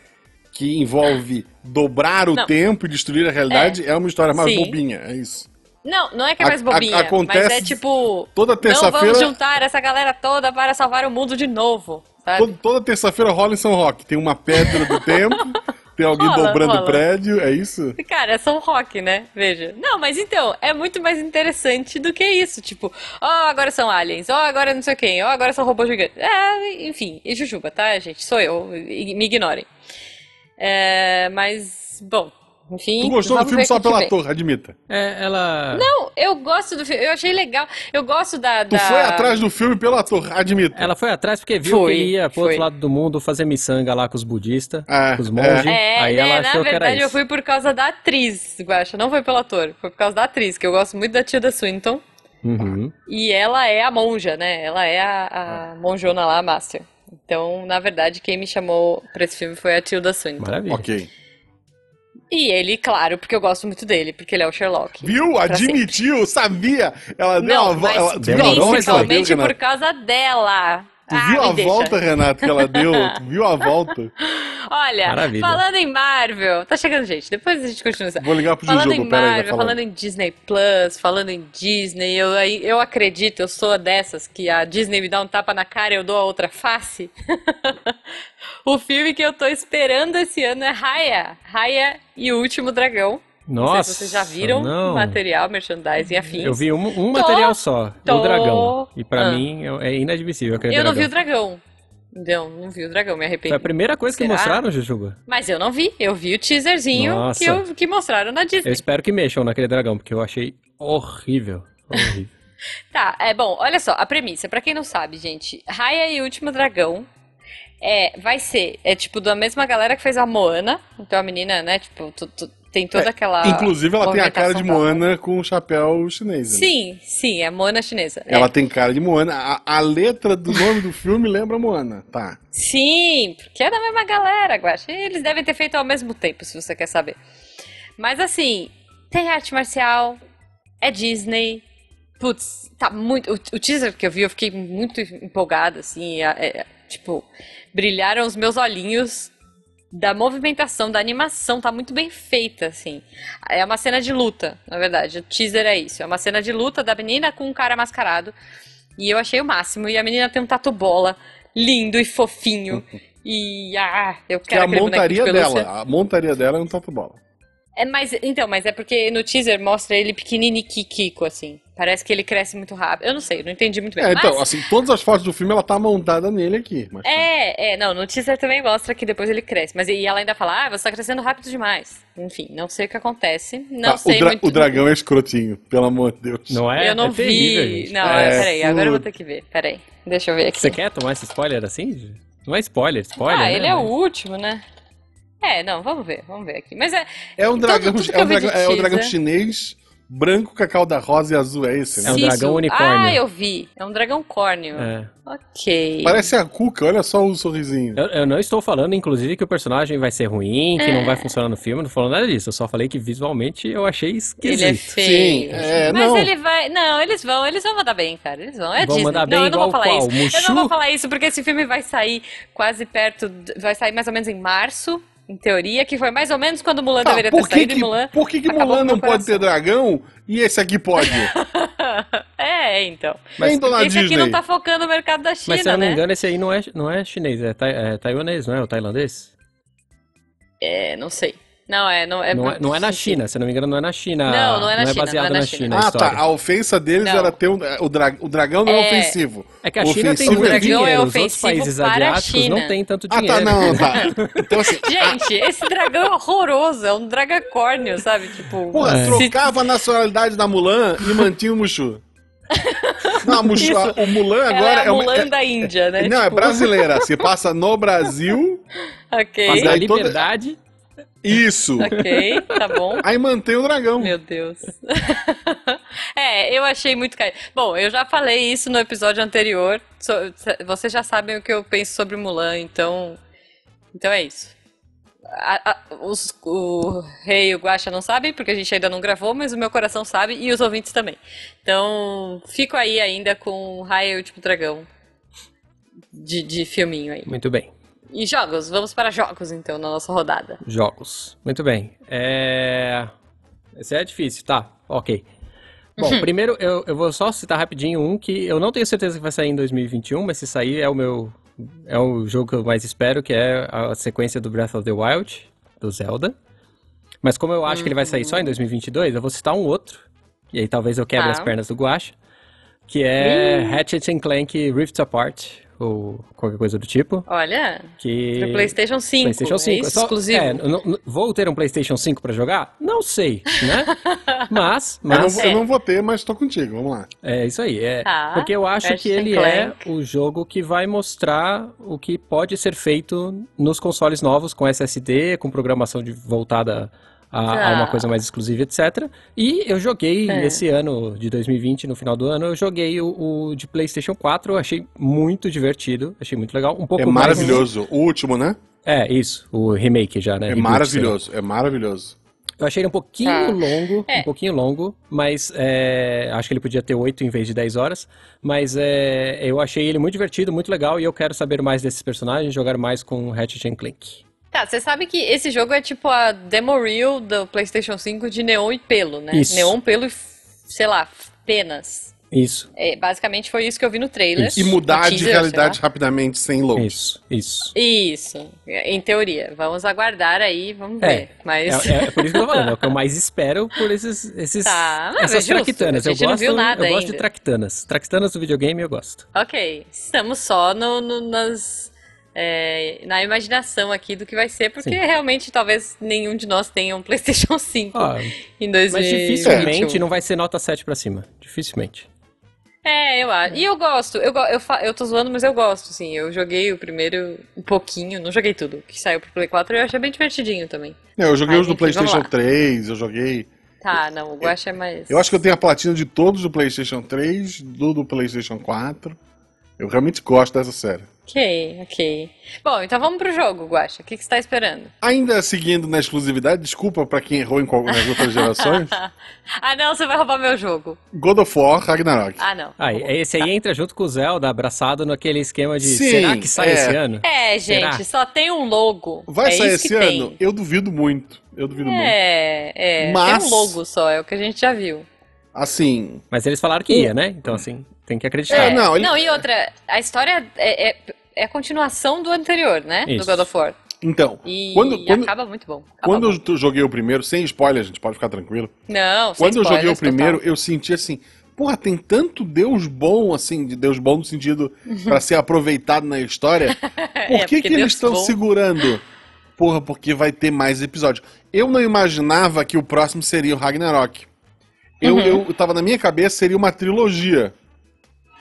Speaker 1: que envolve dobrar o
Speaker 2: Não.
Speaker 1: tempo e destruir a realidade, é, uma história mais
Speaker 2: Sim.
Speaker 1: bobinha, é isso.
Speaker 2: Não, não é que é
Speaker 1: A-
Speaker 2: mais bobinha,
Speaker 1: a- acontece
Speaker 2: mas é tipo.
Speaker 1: toda
Speaker 2: Não
Speaker 1: terça-feira-
Speaker 2: vamos juntar essa galera toda para salvar o mundo de novo, sabe?
Speaker 1: Toda, toda terça-feira rola em São Roque, tem uma pedra do
Speaker 2: [LAUGHS]
Speaker 1: tempo, tem alguém
Speaker 2: Rola,
Speaker 1: dobrando o
Speaker 2: rola.
Speaker 1: prédio, é isso?
Speaker 2: Cara, é São Rock, né? Veja. Não, mas então, é muito mais interessante do que isso. Tipo, ó, agora são aliens, ó, agora não sei quem, ó, agora são robôs gigantes. É, enfim, e Jujuba, tá, gente? Sou eu, i- me ignorem. É, mas, bom, enfim.
Speaker 1: Tu gostou do
Speaker 2: vamos
Speaker 1: filme
Speaker 2: ver
Speaker 1: só
Speaker 2: o que
Speaker 1: pela
Speaker 2: vem.
Speaker 1: torre, admita.
Speaker 3: É, ela.
Speaker 2: Não, eu gosto do filme, eu achei legal. Eu gosto da.
Speaker 1: Tu foi atrás do filme pela torre, admita.
Speaker 3: Ela foi atrás porque viu
Speaker 2: Foi,
Speaker 3: que ia pro
Speaker 2: foi.
Speaker 3: outro lado do mundo fazer miçanga lá com os budistas,
Speaker 1: Ah,
Speaker 3: com os monges.
Speaker 2: É,
Speaker 3: aí
Speaker 2: né,
Speaker 3: ela
Speaker 2: na
Speaker 3: achou que era
Speaker 2: verdade
Speaker 3: isso.
Speaker 2: eu fui por causa da atriz, Guaxa, não foi pelo ator, foi por causa da atriz, que eu gosto muito da Tilda Swinton.
Speaker 3: Uhum.
Speaker 1: Ah.
Speaker 2: E ela é a monja, né? Ela é a, a monjona lá, a Master. Então, na verdade, quem me chamou pra esse filme foi a Tilda Swinton.
Speaker 3: Maravilha.
Speaker 1: Ok.
Speaker 2: E ele, claro, porque eu gosto muito dele, porque ele é o Sherlock.
Speaker 1: é- Viu?
Speaker 2: Pra
Speaker 1: Admitiu, sabia! Ela deu
Speaker 2: Não,
Speaker 1: uma vo-
Speaker 2: mas
Speaker 1: ela-
Speaker 3: deu
Speaker 1: tu viu a volta que ela deu,
Speaker 2: principalmente por
Speaker 1: Renato?
Speaker 2: causa dela.
Speaker 1: Tu
Speaker 2: Ah,
Speaker 1: viu
Speaker 2: me
Speaker 1: a
Speaker 2: deixa.
Speaker 1: volta, Renato, que ela deu? Tu viu
Speaker 2: [LAUGHS]
Speaker 1: a volta?
Speaker 2: Olha,
Speaker 3: Maravilha.
Speaker 2: falando em Marvel, tá chegando gente, depois a gente continua. essa-
Speaker 1: Vou
Speaker 3: Tipo
Speaker 1: ligar pro
Speaker 2: Falando
Speaker 1: Jujubo,
Speaker 2: em
Speaker 1: peraí, vai
Speaker 2: Marvel,
Speaker 1: falando.
Speaker 2: falando em Disney Plus, falando em Disney, eu, aí- eu acredito, eu sou dessas que a Disney me dá um tapa na cara e eu dou a outra face. [LAUGHS] o filme que eu tô esperando esse ano é Raya, Raya e o Último Dragão.
Speaker 3: Nossa.
Speaker 2: não sei se vocês já viram
Speaker 3: não.
Speaker 2: material, merchandising e afins.
Speaker 3: Eu vi um, um
Speaker 2: Tô-
Speaker 3: material só,
Speaker 2: tô-
Speaker 3: o dragão. E pra
Speaker 2: Ah.
Speaker 3: mim eu- é inadmissível aquele
Speaker 2: Eu não vi
Speaker 3: dragão.
Speaker 2: o dragão. Não, não vi o dragão, me
Speaker 3: Foi
Speaker 2: arrependi.
Speaker 3: a primeira coisa que
Speaker 2: Será?
Speaker 3: mostraram, Jujuba.
Speaker 2: Mas eu não vi, eu vi o teaserzinho
Speaker 3: Nossa.
Speaker 2: que, eu- que mostraram na Disney.
Speaker 3: Eu espero que mexam naquele dragão, porque eu achei
Speaker 2: [LAUGHS]
Speaker 3: horrível. horrível.
Speaker 2: Tá, é bom, olha só, a premissa, pra quem não sabe, gente, Raya e o Último Dragão é, vai ser, é tipo da mesma galera que fez a Moana, então a menina, né, tipo, tu- tu- tem toda aquela
Speaker 1: É, Inclusive, ela tem a cara de
Speaker 2: movimentação dela.
Speaker 1: Moana com um chapéu chinês. né?
Speaker 2: Sim, sim, é a Moana chinesa. é.
Speaker 1: Ela tem cara de Moana. A, a letra do nome do filme lembra Moana. Tá.
Speaker 2: Sim, porque é da mesma galera, Guaxa. Eles devem ter feito ao mesmo tempo, se você quer saber. Mas assim, tem arte marcial, é Disney. Putz, tá muito. O, o teaser que eu vi, eu fiquei muito empolgada, assim. a- é- tipo, brilharam os meus olhinhos da movimentação, da animação, tá muito bem feita, assim. É uma cena de luta, na verdade. O teaser é isso. É uma cena de luta da menina com um cara mascarado. E eu achei o máximo. E a menina tem um tatu bola lindo
Speaker 1: [LAUGHS]
Speaker 2: e fofinho. E ah, eu
Speaker 1: Que
Speaker 2: quero
Speaker 1: é a
Speaker 2: aquele boneco de
Speaker 1: montaria
Speaker 2: pelúcia.
Speaker 1: dela. A montaria dela é um tatu-bola.
Speaker 2: É, mas, então, mas é porque no teaser mostra ele pequeniniquiquico, assim. Parece que ele cresce muito rápido. Eu não sei, não entendi muito bem.
Speaker 1: É, então,
Speaker 2: mas,
Speaker 1: assim, todas as fotos do filme ela tá montada nele aqui. Mas tá.
Speaker 2: é, é, não, no teaser também mostra que depois ele cresce. Mas e ela ainda fala, ah, você tá crescendo rápido demais. Enfim, não sei o que acontece. Não
Speaker 3: Ah,
Speaker 1: Tá,
Speaker 2: sei
Speaker 1: o, dra-
Speaker 2: muito.
Speaker 1: o dragão é escrotinho, pelo amor de Deus.
Speaker 3: Não é?
Speaker 2: Eu não
Speaker 3: é terrível,
Speaker 2: vi.
Speaker 3: gente.
Speaker 2: Não,
Speaker 1: É,
Speaker 2: peraí, agora eu vou
Speaker 1: putz.
Speaker 2: ter que ver. Peraí, deixa eu ver aqui.
Speaker 3: Você quer tomar esse spoiler assim? Não é spoiler, spoiler.
Speaker 2: Ah,
Speaker 3: né?
Speaker 2: ele é o
Speaker 3: Mas-
Speaker 2: último, né? É, não, vamos ver, vamos ver aqui. Mas é,
Speaker 1: É um
Speaker 2: Tudo-
Speaker 1: dragão,
Speaker 2: tudo que
Speaker 1: é um
Speaker 2: eu vi de
Speaker 1: dragão, é um dragão
Speaker 2: teaser.
Speaker 1: chinês, branco, cacau da rosa e azul, é esse, né?
Speaker 3: É um
Speaker 2: Sisu.
Speaker 3: dragão unicórnio.
Speaker 2: Ah, eu vi. É um dragão córneo.
Speaker 3: É.
Speaker 2: Ok.
Speaker 1: Parece a Cuca, olha só o sorrisinho.
Speaker 3: Eu, eu não estou falando, inclusive, que o personagem vai ser ruim, que
Speaker 2: É.
Speaker 3: não vai funcionar no filme, não falando nada disso. Eu só falei que visualmente eu achei
Speaker 2: Ele é
Speaker 3: esquisito.
Speaker 2: feio.
Speaker 1: Sim, é,
Speaker 2: Mas
Speaker 1: não.
Speaker 2: ele vai. Não, eles vão, eles vão mandar bem, cara. Eles vão. É
Speaker 3: Vão
Speaker 2: Disney.
Speaker 3: mandar bem
Speaker 2: não, eu não vou
Speaker 3: igual
Speaker 2: falar
Speaker 3: qual?
Speaker 2: isso. Eu não
Speaker 3: Mushu?
Speaker 2: vou falar isso, porque esse filme vai sair quase perto. d- Vai sair mais ou menos em março, em teoria, que foi mais ou menos quando Mulan
Speaker 3: Ah,
Speaker 1: Tá,
Speaker 2: deveria ter
Speaker 1: por que
Speaker 2: saído e
Speaker 1: que,
Speaker 2: Mulan. [LAUGHS]
Speaker 1: por que que
Speaker 2: acabou
Speaker 1: Mulan
Speaker 2: com
Speaker 1: não
Speaker 2: meu
Speaker 1: pode ter
Speaker 2: coração.
Speaker 1: dragão e esse aqui
Speaker 2: [LAUGHS]
Speaker 1: pode?
Speaker 2: é, então.
Speaker 1: Mas, dona
Speaker 2: esse aqui
Speaker 1: Disney?
Speaker 2: não tá focando no mercado da China,
Speaker 3: Mas se eu não
Speaker 2: né?
Speaker 3: me engano, esse aí não é, não é chinês, é, tai- é taiwanês, não é? O tailandês?
Speaker 2: É, não sei. Não, é, não é.
Speaker 3: não, é, não é na China, se eu não me engano, não é na China.
Speaker 2: Não, não é na China,
Speaker 3: baseado
Speaker 2: não é na
Speaker 3: na
Speaker 2: China.
Speaker 3: China a
Speaker 1: Ah,
Speaker 3: história.
Speaker 1: tá. A ofensa deles
Speaker 2: Não.
Speaker 1: era ter um. O, dra- o dragão não é
Speaker 2: É.
Speaker 1: ofensivo.
Speaker 3: É que a
Speaker 1: O
Speaker 3: China tem
Speaker 1: ofensivo
Speaker 3: muito
Speaker 1: é
Speaker 2: dragão
Speaker 3: dinheiro,
Speaker 2: é
Speaker 3: os outros
Speaker 2: ofensivo
Speaker 3: países
Speaker 2: para a
Speaker 3: asiáticos
Speaker 2: China.
Speaker 3: não têm tanto
Speaker 1: Ah,
Speaker 3: dinheiro.
Speaker 1: tá, não,
Speaker 2: [LAUGHS]
Speaker 1: tá. Então assim.
Speaker 3: É.
Speaker 2: Gente, esse dragão é horroroso, é um dragacórnio, sabe? Tipo,
Speaker 1: Porra,
Speaker 3: É.
Speaker 1: trocava a nacionalidade da Mulan e mantinha o
Speaker 2: [LAUGHS]
Speaker 1: Mushu. Não, a Mushu, a- o Mulan
Speaker 2: ela
Speaker 1: agora
Speaker 2: é a
Speaker 1: uma-
Speaker 2: Mulan da Índia, né?
Speaker 1: Não, é
Speaker 2: Tipo,
Speaker 1: brasileira. Se passa no Brasil,
Speaker 3: Mas
Speaker 2: Ok,
Speaker 3: a
Speaker 1: Daí toda-
Speaker 3: liberdade,
Speaker 1: isso.
Speaker 2: ok, tá bom.
Speaker 1: Aí mantém o dragão.
Speaker 2: Meu Deus. [LAUGHS] É, eu achei muito caro. Bom, eu já falei isso no episódio anterior. so- Vocês já sabem o que eu penso sobre Mulan, então. Então é isso. A- a- os- o Rei e o Guaxa não sabem, porque a gente ainda não gravou, mas o meu coração sabe e os ouvintes também. Então, fico aí ainda com Raia e o Último Dragão de, de filminho aí.
Speaker 3: muito bem.
Speaker 2: E jogos, vamos para jogos então na nossa rodada.
Speaker 3: Jogos. Muito bem. É... Esse é difícil, tá? Ok. Bom, primeiro eu, eu vou só citar rapidinho um que eu não tenho certeza que vai sair em 2021, mas se sair é o meu. É o jogo que eu mais espero, que é a sequência do Breath of the Wild, do Zelda. Mas como eu acho que ele vai sair só em 2022, eu vou citar um outro. E aí talvez eu quebre
Speaker 2: Tá.
Speaker 3: as pernas do Guacha. Que é Ratchet and Clank Rift Apart, ou qualquer coisa do tipo.
Speaker 2: Olha,
Speaker 3: Que...
Speaker 2: pro PlayStation 5,
Speaker 3: PlayStation 5.
Speaker 2: é isso,
Speaker 3: É só-
Speaker 2: exclusivo.
Speaker 3: é, eu não- não- vou ter um PlayStation 5 pra jogar? Não sei,
Speaker 2: [LAUGHS]
Speaker 3: né? Mas,
Speaker 1: Eu não,
Speaker 3: mas
Speaker 1: vou- eu
Speaker 2: É.
Speaker 1: não vou ter, mas tô contigo. Vamos lá.
Speaker 3: é isso aí. É,
Speaker 2: Tá,
Speaker 3: porque eu acho que
Speaker 2: Ratchet
Speaker 3: ele
Speaker 2: and
Speaker 3: é
Speaker 2: Clank.
Speaker 3: o jogo que vai mostrar o que pode ser feito nos consoles novos com SSD, com programação de- voltada a, ah. a uma coisa mais exclusiva, etc. E eu joguei é. esse ano de 2020, no final do ano, eu joguei o, o de PlayStation 4, achei muito divertido, achei muito legal. Um pouco
Speaker 1: é maravilhoso. Mais... O último, né?
Speaker 3: É, isso, o remake já, né?
Speaker 1: É maravilhoso, é maravilhoso.
Speaker 3: Eu achei ele um pouquinho
Speaker 2: Tá.
Speaker 3: ah, longo, é. um pouquinho longo, mas é, acho que ele podia ter 8 em vez de 10 horas. Mas é, eu achei ele muito divertido, muito legal, e eu quero saber mais desses personagens, jogar mais com Ratchet Clank.
Speaker 2: Tá, você sabe que esse jogo é tipo a demo reel do PlayStation 5 de neon e pelo, né? Isso. Neon, pelo e, sei lá, penas.
Speaker 3: Isso.
Speaker 2: É, basicamente foi isso que eu vi no trailer. Isso.
Speaker 1: E mudar teaser, de realidade rapidamente sem load.
Speaker 3: Isso, isso.
Speaker 2: Isso, em teoria. Vamos aguardar aí, vamos é, ver. Mas...
Speaker 3: É, é, por isso que eu tô falando, é o
Speaker 2: [LAUGHS]
Speaker 3: que eu mais espero por esses, esses
Speaker 2: tá,
Speaker 3: essas
Speaker 2: é justo,
Speaker 3: tractanas.
Speaker 2: A gente eu não
Speaker 3: gosto,
Speaker 2: viu nada
Speaker 3: eu
Speaker 2: ainda.
Speaker 3: gosto de tractanas. Tractanas do videogame eu gosto.
Speaker 2: Ok, estamos só no, no nas... É, na imaginação aqui do que vai ser, porque Sim. realmente talvez nenhum de nós tenha um PlayStation 5 ah, em 2021. Mas um.
Speaker 3: dificilmente não vai ser nota 7 para cima. Dificilmente.
Speaker 2: É, eu acho. E eu gosto. Eu, eu, eu tô zoando, mas eu gosto, assim. Eu joguei o primeiro um pouquinho, não joguei tudo que saiu pro Play 4 eu achei bem divertidinho também.
Speaker 1: É, eu joguei mas, os do enfim, PlayStation 3, eu joguei.
Speaker 2: Tá, não, o Guacha é mais.
Speaker 1: Eu acho que eu tenho a platina de todos do PlayStation 3, do, do PlayStation 4. Eu realmente gosto dessa série.
Speaker 2: Ok, ok. Bom, então vamos pro jogo, Guacha. O que, que você tá esperando?
Speaker 1: Ainda seguindo na exclusividade, desculpa para quem errou em qual, nas outras gerações.
Speaker 2: [LAUGHS] ah, não, você vai roubar meu jogo.
Speaker 1: God of War, Ragnarok.
Speaker 2: Ah, não.
Speaker 3: Ah, esse aí tá. entra junto com o Zelda, abraçado naquele esquema de Sim, será que sai é... esse ano?
Speaker 2: É, gente, será? só tem um logo.
Speaker 1: Vai
Speaker 2: é
Speaker 1: sair esse ano? Tem. Eu duvido muito. Eu duvido
Speaker 2: é,
Speaker 1: muito.
Speaker 2: É, é. Mas... Tem um logo só, é o que a gente já viu.
Speaker 1: Assim.
Speaker 3: Mas eles falaram que ia, né? Então, assim, tem que acreditar.
Speaker 2: É, não, ele... não, e outra, a história é, é a continuação do anterior, né? Isso. Do God of War.
Speaker 1: Então,
Speaker 2: e
Speaker 1: quando, quando,
Speaker 2: acaba muito bom. Acaba
Speaker 1: quando
Speaker 2: bom.
Speaker 1: eu joguei o primeiro, sem spoiler, gente, pode ficar tranquilo.
Speaker 2: Não,
Speaker 1: Quando eu joguei o primeiro,
Speaker 2: [LAUGHS]
Speaker 1: total. eu senti assim, porra, tem tanto Deus bom, assim, de Deus bom no sentido para ser aproveitado na história. Por [LAUGHS] é, que, que Deus eles estão segurando? Porra, porque vai ter mais episódios. Eu não imaginava que o próximo seria o Ragnarok. Eu, uhum. eu tava na minha cabeça, seria uma trilogia.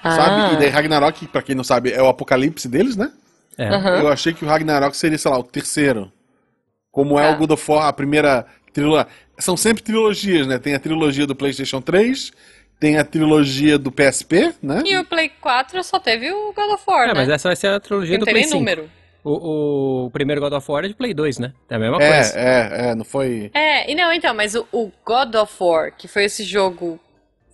Speaker 1: Ah. Sabe? E daí Ragnarok, pra quem não sabe, é o apocalipse deles, né?
Speaker 3: É. Uhum.
Speaker 1: Eu achei que o Ragnarok seria, sei lá, o terceiro. Como ah. é o God of War, a primeira trilogia. São sempre trilogias, né? Tem a trilogia do PlayStation 3, tem a trilogia do PSP, né?
Speaker 2: E o Play 4 só teve o God of War, é, né?
Speaker 3: mas essa vai ser a trilogia
Speaker 2: não
Speaker 3: do Play 5.
Speaker 2: número.
Speaker 3: O, o, primeiro God of War é de Play 2, né? É a mesma é, coisa.
Speaker 1: É, é, não foi.
Speaker 2: É, e não, então, mas o, o God of War, que foi esse jogo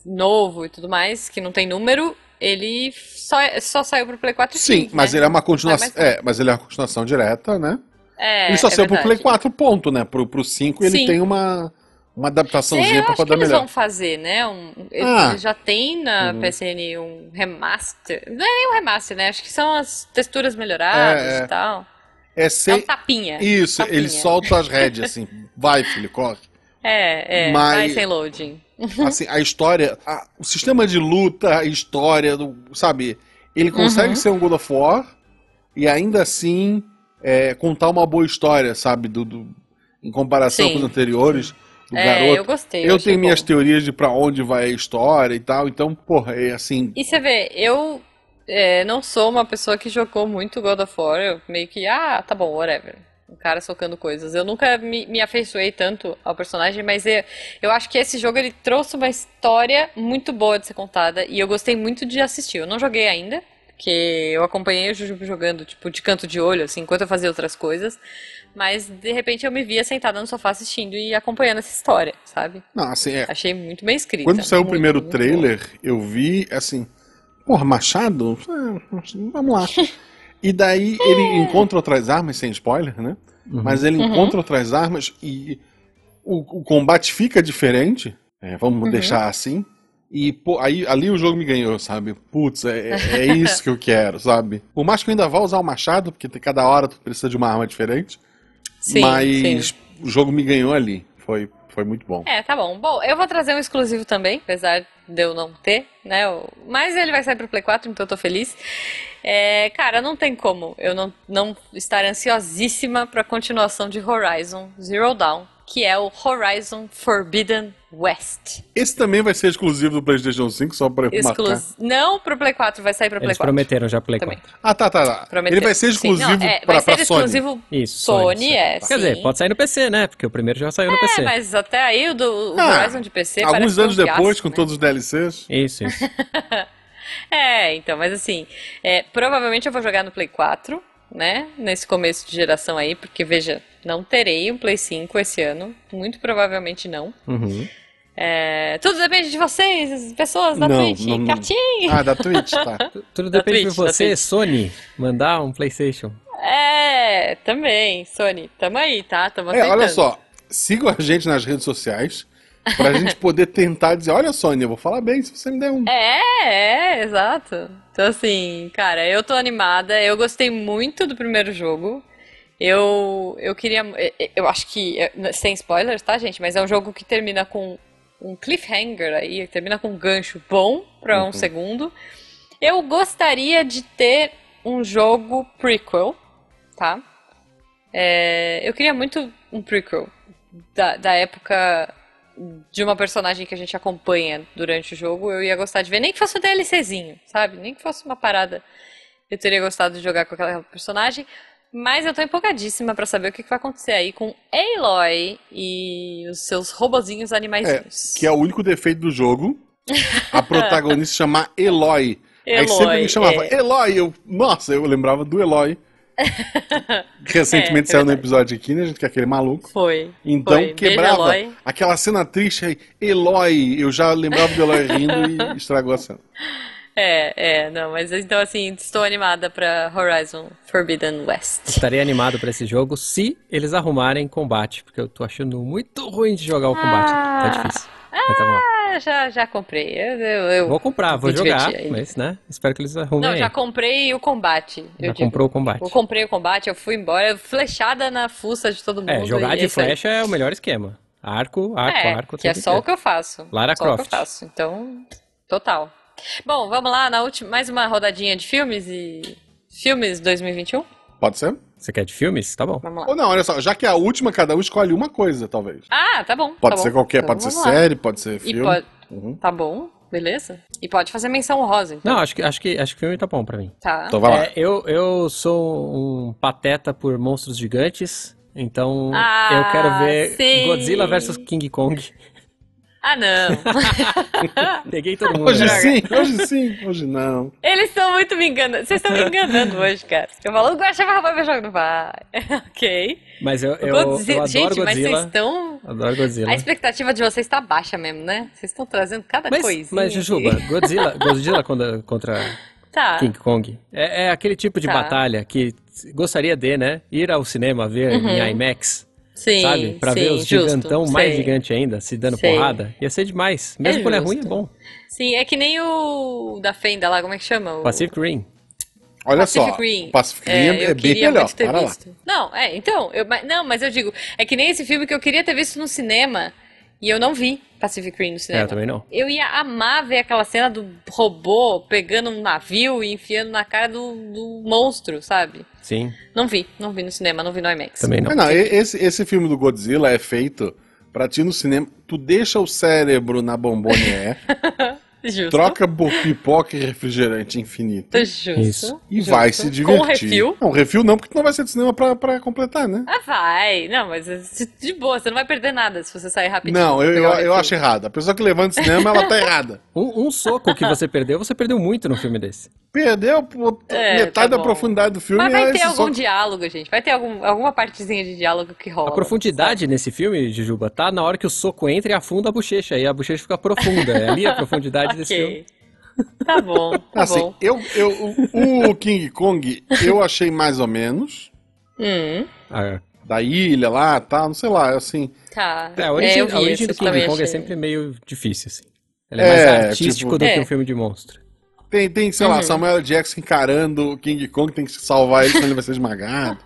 Speaker 2: novo e tudo mais, que não tem número, ele só, só saiu pro Play 4
Speaker 1: Sim, 5, mas né? ele é uma continuação. Ah, mas... É, mas ele é uma continuação direta, né? É, ele só é saiu verdade. pro Play 4 ponto, né? Pro, pro 5 Sim. ele tem uma, uma adaptaçãozinha para poder
Speaker 2: que
Speaker 1: melhor.
Speaker 2: Eles vão fazer, né? Um, ah. Ele já tem na uhum. PSN um remaster. Não é um remaster, né? Acho que são as texturas melhoradas é, e tal.
Speaker 1: É, ser...
Speaker 2: é um tapinha.
Speaker 1: Isso,
Speaker 2: tapinha.
Speaker 1: ele solta as rédeas assim. vai, filho, corre.
Speaker 2: É, é. Mas... Vai sem loading.
Speaker 1: assim, a história, a, o sistema de luta, a história, do, sabe? Ele consegue uhum. ser um God of War e ainda assim é, contar uma boa história, sabe? Do, do em comparação Sim. com os anteriores. Sim. Do
Speaker 2: é,
Speaker 1: garoto.
Speaker 2: eu gostei.
Speaker 1: Eu, eu tenho bom. minhas teorias de para onde vai a história e tal, então, porra, é assim.
Speaker 2: E você vê, eu é, não sou uma pessoa que jogou muito God of War, eu meio que, ah, tá bom, whatever um cara socando coisas. Eu nunca me, me afeiçoei tanto ao personagem, mas eu, eu acho que esse jogo ele trouxe uma história muito boa de ser contada e eu gostei muito de assistir. Eu não joguei ainda, porque eu acompanhei o Jujubo jogando, tipo, de canto de olho, assim, enquanto eu fazia outras coisas. Mas, de repente, eu me via sentada no sofá assistindo e acompanhando essa história, sabe?
Speaker 1: Não, assim, é...
Speaker 2: Achei muito bem escrito.
Speaker 1: Quando saiu
Speaker 2: é muito,
Speaker 1: o primeiro trailer, bom. eu vi, assim, porra, Machado? É, Vamos lá.
Speaker 2: [LAUGHS]
Speaker 1: E daí ele encontra outras armas, sem spoiler, né?
Speaker 3: é,
Speaker 1: Uhum. Mas ele encontra uhum. outras armas e o, o combate fica diferente. É, vamos uhum. deixar assim. E pô, aí, ali o jogo me ganhou, sabe? Putz, é, é
Speaker 2: [LAUGHS]
Speaker 1: isso que eu quero, sabe? Por mais que eu ainda vá usar o machado, porque cada hora tu precisa de uma arma diferente.
Speaker 2: Sim,
Speaker 1: mas
Speaker 2: sim.
Speaker 1: o jogo me ganhou ali. Foi, foi muito bom.
Speaker 2: É, tá bom. Bom, eu vou trazer um exclusivo também, apesar de eu não ter, né? Mas ele vai sair pro Play 4, então eu tô feliz. É, cara, não tem como eu não, não estar ansiosíssima pra continuação de Horizon Zero Dawn, que é o Horizon Forbidden West.
Speaker 1: Esse também vai ser exclusivo do PlayStation 5, só pra
Speaker 2: Exclu...
Speaker 1: marcar.
Speaker 2: Não pro Play 4, vai sair pro Play
Speaker 3: Eles
Speaker 2: 4.
Speaker 3: prometeram já Play
Speaker 2: Também.
Speaker 3: 4.
Speaker 1: Ah, tá, tá. tá.
Speaker 2: Prometeu.
Speaker 1: Ele vai ser
Speaker 2: Sim, não,
Speaker 1: exclusivo
Speaker 2: é,
Speaker 1: pra,
Speaker 2: Vai ser
Speaker 1: pra Sony.
Speaker 2: exclusivo
Speaker 3: Isso,
Speaker 2: Sony,
Speaker 3: sim.
Speaker 2: é.
Speaker 3: Quer
Speaker 2: sim.
Speaker 3: dizer, pode sair no PC, né? Porque o primeiro já saiu no
Speaker 2: É,
Speaker 3: PC.
Speaker 2: mas até aí o do o
Speaker 1: Ah,
Speaker 2: Horizon de PC
Speaker 1: Alguns
Speaker 2: parece
Speaker 1: anos
Speaker 2: um fiasco,
Speaker 1: depois, com
Speaker 2: né?
Speaker 1: todos os DLCs.
Speaker 3: Isso, isso.
Speaker 2: [LAUGHS] É, então, mas assim, é, provavelmente eu vou jogar no Play 4, né? Nesse começo de geração aí, porque veja, não terei um Play 5 esse ano, muito provavelmente não.
Speaker 3: Uhum.
Speaker 2: É, tudo depende de vocês, pessoas da
Speaker 1: Não,
Speaker 2: Twitch,
Speaker 1: não, não.
Speaker 2: cartinha.
Speaker 1: Ah, da Twitch,
Speaker 2: [LAUGHS]
Speaker 1: tá.
Speaker 3: Tudo
Speaker 2: Da
Speaker 3: depende
Speaker 2: Twitch,
Speaker 3: de
Speaker 2: da
Speaker 3: você,
Speaker 2: Twitch.
Speaker 3: Sony, mandar um PlayStation.
Speaker 2: É, também, Sony, tamo aí, tá? Tamo
Speaker 1: É, olha
Speaker 2: aceitando.
Speaker 1: só, sigam a gente nas redes sociais pra
Speaker 2: [LAUGHS]
Speaker 1: gente poder tentar dizer, olha Sony, eu vou falar bem se você me der um.
Speaker 2: É, é, exato. Então, assim, cara, eu tô animada. Eu gostei muito do primeiro jogo. Eu, eu queria. eu- Eu acho que. é, Sem spoilers, tá, gente? Mas é um jogo que termina com um cliffhanger aí, termina com um gancho bom pra um segundo. Eu gostaria de ter um jogo prequel, tá? É, eu queria muito um prequel da, da época de uma personagem que a gente acompanha durante o jogo, eu ia gostar de ver. Nem que fosse um DLCzinho, sabe? Nem que fosse uma parada. Eu teria gostado de jogar com aquela personagem. Mas eu tô empolgadíssima pra saber o que que vai acontecer aí com Aloy e os seus robozinhos animaizinhos.
Speaker 1: Que é o único defeito do jogo. A protagonista se chamar Eloy. Aí sempre me
Speaker 2: Aloy,
Speaker 1: chamava
Speaker 2: é.
Speaker 1: Eloy. Eu, nossa, eu lembrava do
Speaker 2: [LAUGHS]
Speaker 1: Eloy. Recentemente
Speaker 2: É, é
Speaker 1: saiu no
Speaker 2: verdade.
Speaker 1: episódio aqui, né? A gente que é aquele maluco.
Speaker 2: Foi.
Speaker 1: Então
Speaker 2: foi. Beijo,
Speaker 1: quebrava
Speaker 2: Aloy.
Speaker 1: aquela cena triste aí, Eloy. Eu já lembrava do Eloy rindo e estragou a cena.
Speaker 2: É, é, não, mas então assim, estou animada pra Horizon Forbidden West.
Speaker 3: Estarei animado pra esse jogo se eles arrumarem combate, porque eu tô achando muito ruim de jogar o combate. Tá
Speaker 2: Ah.
Speaker 3: difícil. Mas tá bom.
Speaker 2: Ah, já, já comprei. Eu, eu, eu-
Speaker 3: Vou comprar, vou
Speaker 2: Me diverti
Speaker 3: jogar,
Speaker 2: ainda.
Speaker 3: mas, né? Espero que eles arrumem.
Speaker 2: Não, já
Speaker 3: aí.
Speaker 2: comprei o combate. eu
Speaker 3: Já
Speaker 2: digo.
Speaker 3: comprou o combate.
Speaker 2: Eu comprei o combate, eu fui embora, eu flechada na fuça de todo
Speaker 3: É,
Speaker 2: mundo.
Speaker 3: jogar
Speaker 2: e
Speaker 3: de
Speaker 2: isso aí.
Speaker 3: flecha é o melhor esquema. Arco, arco,
Speaker 2: É,
Speaker 3: arco.
Speaker 2: que é
Speaker 3: tempo
Speaker 2: só o
Speaker 3: inteiro.
Speaker 2: que eu faço.
Speaker 3: Lara
Speaker 2: só o
Speaker 3: Croft.
Speaker 2: que eu faço. Então, total. Bom, vamos lá na última, mais uma rodadinha de filmes e filmes 2021.
Speaker 1: Pode ser?
Speaker 3: Você quer de filmes? Tá bom.
Speaker 2: Vamos lá.
Speaker 1: Ou não, olha só, já que é a última, cada um escolhe uma coisa, talvez.
Speaker 2: Ah, tá bom.
Speaker 1: Pode
Speaker 2: tá
Speaker 1: ser
Speaker 2: bom.
Speaker 1: qualquer,
Speaker 2: Então
Speaker 1: pode ser
Speaker 2: vamos lá.
Speaker 1: série, pode ser
Speaker 2: E
Speaker 1: filme.
Speaker 2: pode-
Speaker 1: Uhum.
Speaker 2: Tá bom, beleza? E pode fazer menção honrosa, então.
Speaker 3: Não, acho que, acho que, acho que filme tá bom pra mim.
Speaker 2: Tá.
Speaker 1: Então vai lá.
Speaker 3: É, eu, eu sou um pateta por monstros gigantes, então
Speaker 2: Ah,
Speaker 3: eu quero ver
Speaker 2: sim.
Speaker 3: Godzilla vs King Kong. [LAUGHS]
Speaker 2: Ah, não.
Speaker 3: Peguei todo mundo.
Speaker 1: Hoje
Speaker 3: né?
Speaker 1: sim, hoje sim, hoje não.
Speaker 2: Eles estão muito me enganando. Vocês estão me enganando hoje, cara. Eu falo, o Guaxa vai roubar meu jogo. Não vai. [LAUGHS] ok.
Speaker 3: Mas eu, eu, eu
Speaker 2: Godzi-
Speaker 3: adoro
Speaker 2: Gente, mas vocês
Speaker 3: Godzilla.
Speaker 2: estão...
Speaker 3: Adoro Godzilla.
Speaker 2: A expectativa de vocês tá baixa mesmo, né? Vocês estão trazendo cada
Speaker 3: Mas,
Speaker 2: coisinha.
Speaker 3: mas
Speaker 2: aqui.
Speaker 3: Jujuba, Godzilla, Godzilla contra, contra
Speaker 2: [LAUGHS] Tá.
Speaker 3: King Kong é, é aquele tipo de
Speaker 2: Tá.
Speaker 3: batalha que gostaria de, né? Ir ao cinema ver
Speaker 2: Uhum.
Speaker 3: em IMAX,
Speaker 2: Sim,
Speaker 3: sabe? Pra
Speaker 2: sim,
Speaker 3: ver os
Speaker 2: justo.
Speaker 3: gigantão mais
Speaker 2: Sei.
Speaker 3: gigante ainda, se dando
Speaker 2: Sei.
Speaker 3: porrada. Ia ser demais. Mesmo
Speaker 2: É
Speaker 3: quando é
Speaker 2: justo.
Speaker 3: ruim, é bom.
Speaker 2: Sim, é que nem o da Fenda lá, como é que chama? O...
Speaker 3: Pacific Rim.
Speaker 1: Olha
Speaker 2: Pacific
Speaker 1: só,
Speaker 2: Rim.
Speaker 1: o Pacific Rim é,
Speaker 2: eu
Speaker 1: bem
Speaker 2: queria
Speaker 1: melhor.
Speaker 2: muito ter
Speaker 1: Para lá.
Speaker 2: visto. Não, é, então, eu, mas- não, mas eu digo, é que nem esse filme que eu queria ter visto no cinema e eu não vi Pacific Rim no
Speaker 3: É,
Speaker 2: cinema.
Speaker 3: eu também não.
Speaker 2: Eu ia amar ver aquela cena do robô pegando um navio e enfiando na cara do, do monstro, sabe?
Speaker 3: Sim,
Speaker 2: Não vi, não vi no cinema, não vi no IMAX.
Speaker 3: também não.
Speaker 1: Mas não, e- esse, esse filme do Godzilla é feito pra ti no cinema. Tu deixa o cérebro na
Speaker 2: [LAUGHS]
Speaker 1: bombonier,
Speaker 2: Justo.
Speaker 1: troca por pipoca e refrigerante infinito.
Speaker 2: Justo.
Speaker 3: Isso.
Speaker 1: E
Speaker 2: justo.
Speaker 1: vai se divertir.
Speaker 2: Com um refil.
Speaker 1: Não, refil não, porque tu não vai ser do cinema pra, pra completar, né?
Speaker 2: Ah, vai. Não, mas é de boa, você não vai perder nada se você sair rapidinho.
Speaker 1: Não, eu, eu,
Speaker 2: pegar o
Speaker 1: eu
Speaker 2: refil.
Speaker 1: acho errado. A pessoa que levanta o cinema, ela
Speaker 2: [LAUGHS]
Speaker 1: tá errada.
Speaker 3: Um, um soco que você perdeu, você perdeu muito no filme desse.
Speaker 1: Perdeu pô,
Speaker 2: É,
Speaker 1: metade
Speaker 2: tá
Speaker 1: da
Speaker 2: bom.
Speaker 1: profundidade do
Speaker 3: um
Speaker 1: filme.
Speaker 2: Mas vai
Speaker 1: é
Speaker 2: ter
Speaker 1: esse
Speaker 2: algum
Speaker 1: soco.
Speaker 2: diálogo, gente. Vai ter algum, alguma partezinha de diálogo que rola.
Speaker 3: A profundidade nesse filme, Jujuba, tá na hora que o soco entra e afunda a bochecha. E a bochecha fica profunda. É ali a
Speaker 2: [LAUGHS]
Speaker 3: profundidade
Speaker 2: Ok.
Speaker 3: desse filme.
Speaker 2: Tá bom, tá
Speaker 1: Assim,
Speaker 2: bom.
Speaker 1: eu, eu, o, o King Kong eu achei mais ou menos.
Speaker 2: Hum,
Speaker 3: A,
Speaker 1: Da ilha lá, tá, não sei lá, assim.
Speaker 2: tá.
Speaker 3: É, a origem,
Speaker 2: eu vi
Speaker 3: a origem
Speaker 2: esse,
Speaker 3: do
Speaker 2: eu também
Speaker 3: King Kong é
Speaker 2: achei.
Speaker 3: sempre meio difícil, assim. Ela é,
Speaker 1: É,
Speaker 3: mais artístico
Speaker 1: tipo-
Speaker 3: do que
Speaker 2: É.
Speaker 3: um filme de monstro.
Speaker 1: Tem, tem sei lá,
Speaker 2: Uhum.
Speaker 1: Samuel Jackson encarando o King Kong, tem que salvar ele, senão ele vai ser esmagado.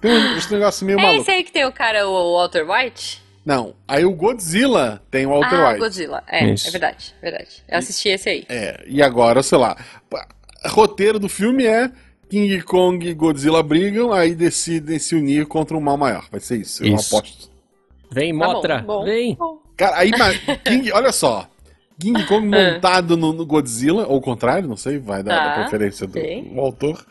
Speaker 1: Tem um- esse negócio meio
Speaker 2: É
Speaker 1: maluco.
Speaker 2: esse aí que tem o cara, o Walter White?
Speaker 1: Não, aí o Godzilla tem o Walter
Speaker 2: ah,
Speaker 1: White.
Speaker 2: Godzilla. É,
Speaker 3: Isso.
Speaker 2: é verdade, verdade. Eu assisti esse aí.
Speaker 1: É, e agora, sei lá. pá, Roteiro do filme é King Kong e Godzilla brigam, aí decidem se unir contra um mal maior. Vai ser isso, eu
Speaker 3: Isso.
Speaker 1: aposto.
Speaker 3: Vem,
Speaker 2: Tá bom,
Speaker 3: Motra!
Speaker 2: bom,
Speaker 3: vem!
Speaker 2: bom.
Speaker 1: Cara, aí,
Speaker 2: [LAUGHS]
Speaker 1: mas, King, olha só. King Kong montado no, no Godzilla, ou o contrário, não sei, vai dar da
Speaker 2: Ah. Tá,
Speaker 1: preferência do,
Speaker 2: ok.
Speaker 1: do autor.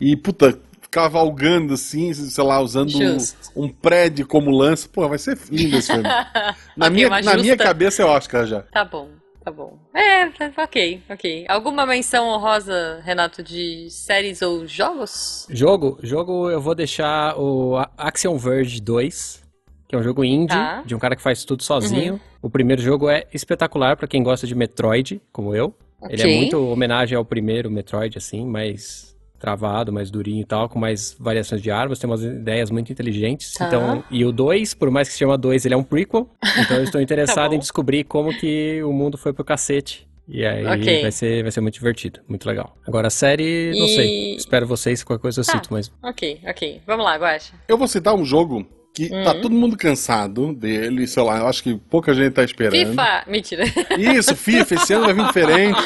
Speaker 1: E, puta, cavalgando assim, sei lá, usando um,
Speaker 2: Justo.
Speaker 1: um prédio como lança. Pô, vai ser lindo esse
Speaker 2: [LAUGHS]
Speaker 1: filme. Na,
Speaker 2: Ok,
Speaker 1: minha,
Speaker 2: uma
Speaker 1: na minha
Speaker 2: justa.
Speaker 1: cabeça é Oscar já.
Speaker 2: Tá bom, tá bom. É, tá- ok, ok. Alguma menção honrosa, Renato, de séries ou jogos?
Speaker 3: Jogo, jogo eu vou deixar o A- Axiom Verge 2, que é um jogo indie,
Speaker 2: Tá. Uhum.
Speaker 3: de um cara que faz tudo sozinho. O primeiro jogo é espetacular pra quem gosta de Metroid, como eu. Ele
Speaker 2: Ok.
Speaker 3: é muito homenagem ao primeiro Metroid, assim, mais travado, mais durinho e tal, com mais variações de armas, tem umas ideias muito inteligentes.
Speaker 2: Tá.
Speaker 3: Então, e o 2, por mais que se chama 2, ele é um prequel.
Speaker 2: [LAUGHS]
Speaker 3: Então eu estou interessado
Speaker 2: Tá bom.
Speaker 3: em descobrir como que o mundo foi pro cacete. E aí
Speaker 2: Ok.
Speaker 3: vai, ser, vai ser muito divertido, muito legal. Agora a série, não
Speaker 2: E-
Speaker 3: sei. Espero vocês, qualquer coisa eu
Speaker 2: Tá.
Speaker 3: cito, mas
Speaker 2: [LAUGHS] Ok, ok. Vamos lá, Guaxa.
Speaker 1: Eu vou citar um jogo que tá
Speaker 2: Hum.
Speaker 1: todo mundo cansado dele, sei lá, eu acho que pouca gente tá esperando.
Speaker 2: FIFA! Mentira.
Speaker 1: [LAUGHS]
Speaker 2: [LAUGHS]
Speaker 1: Isso, FIFA, esse ano vai vir diferente.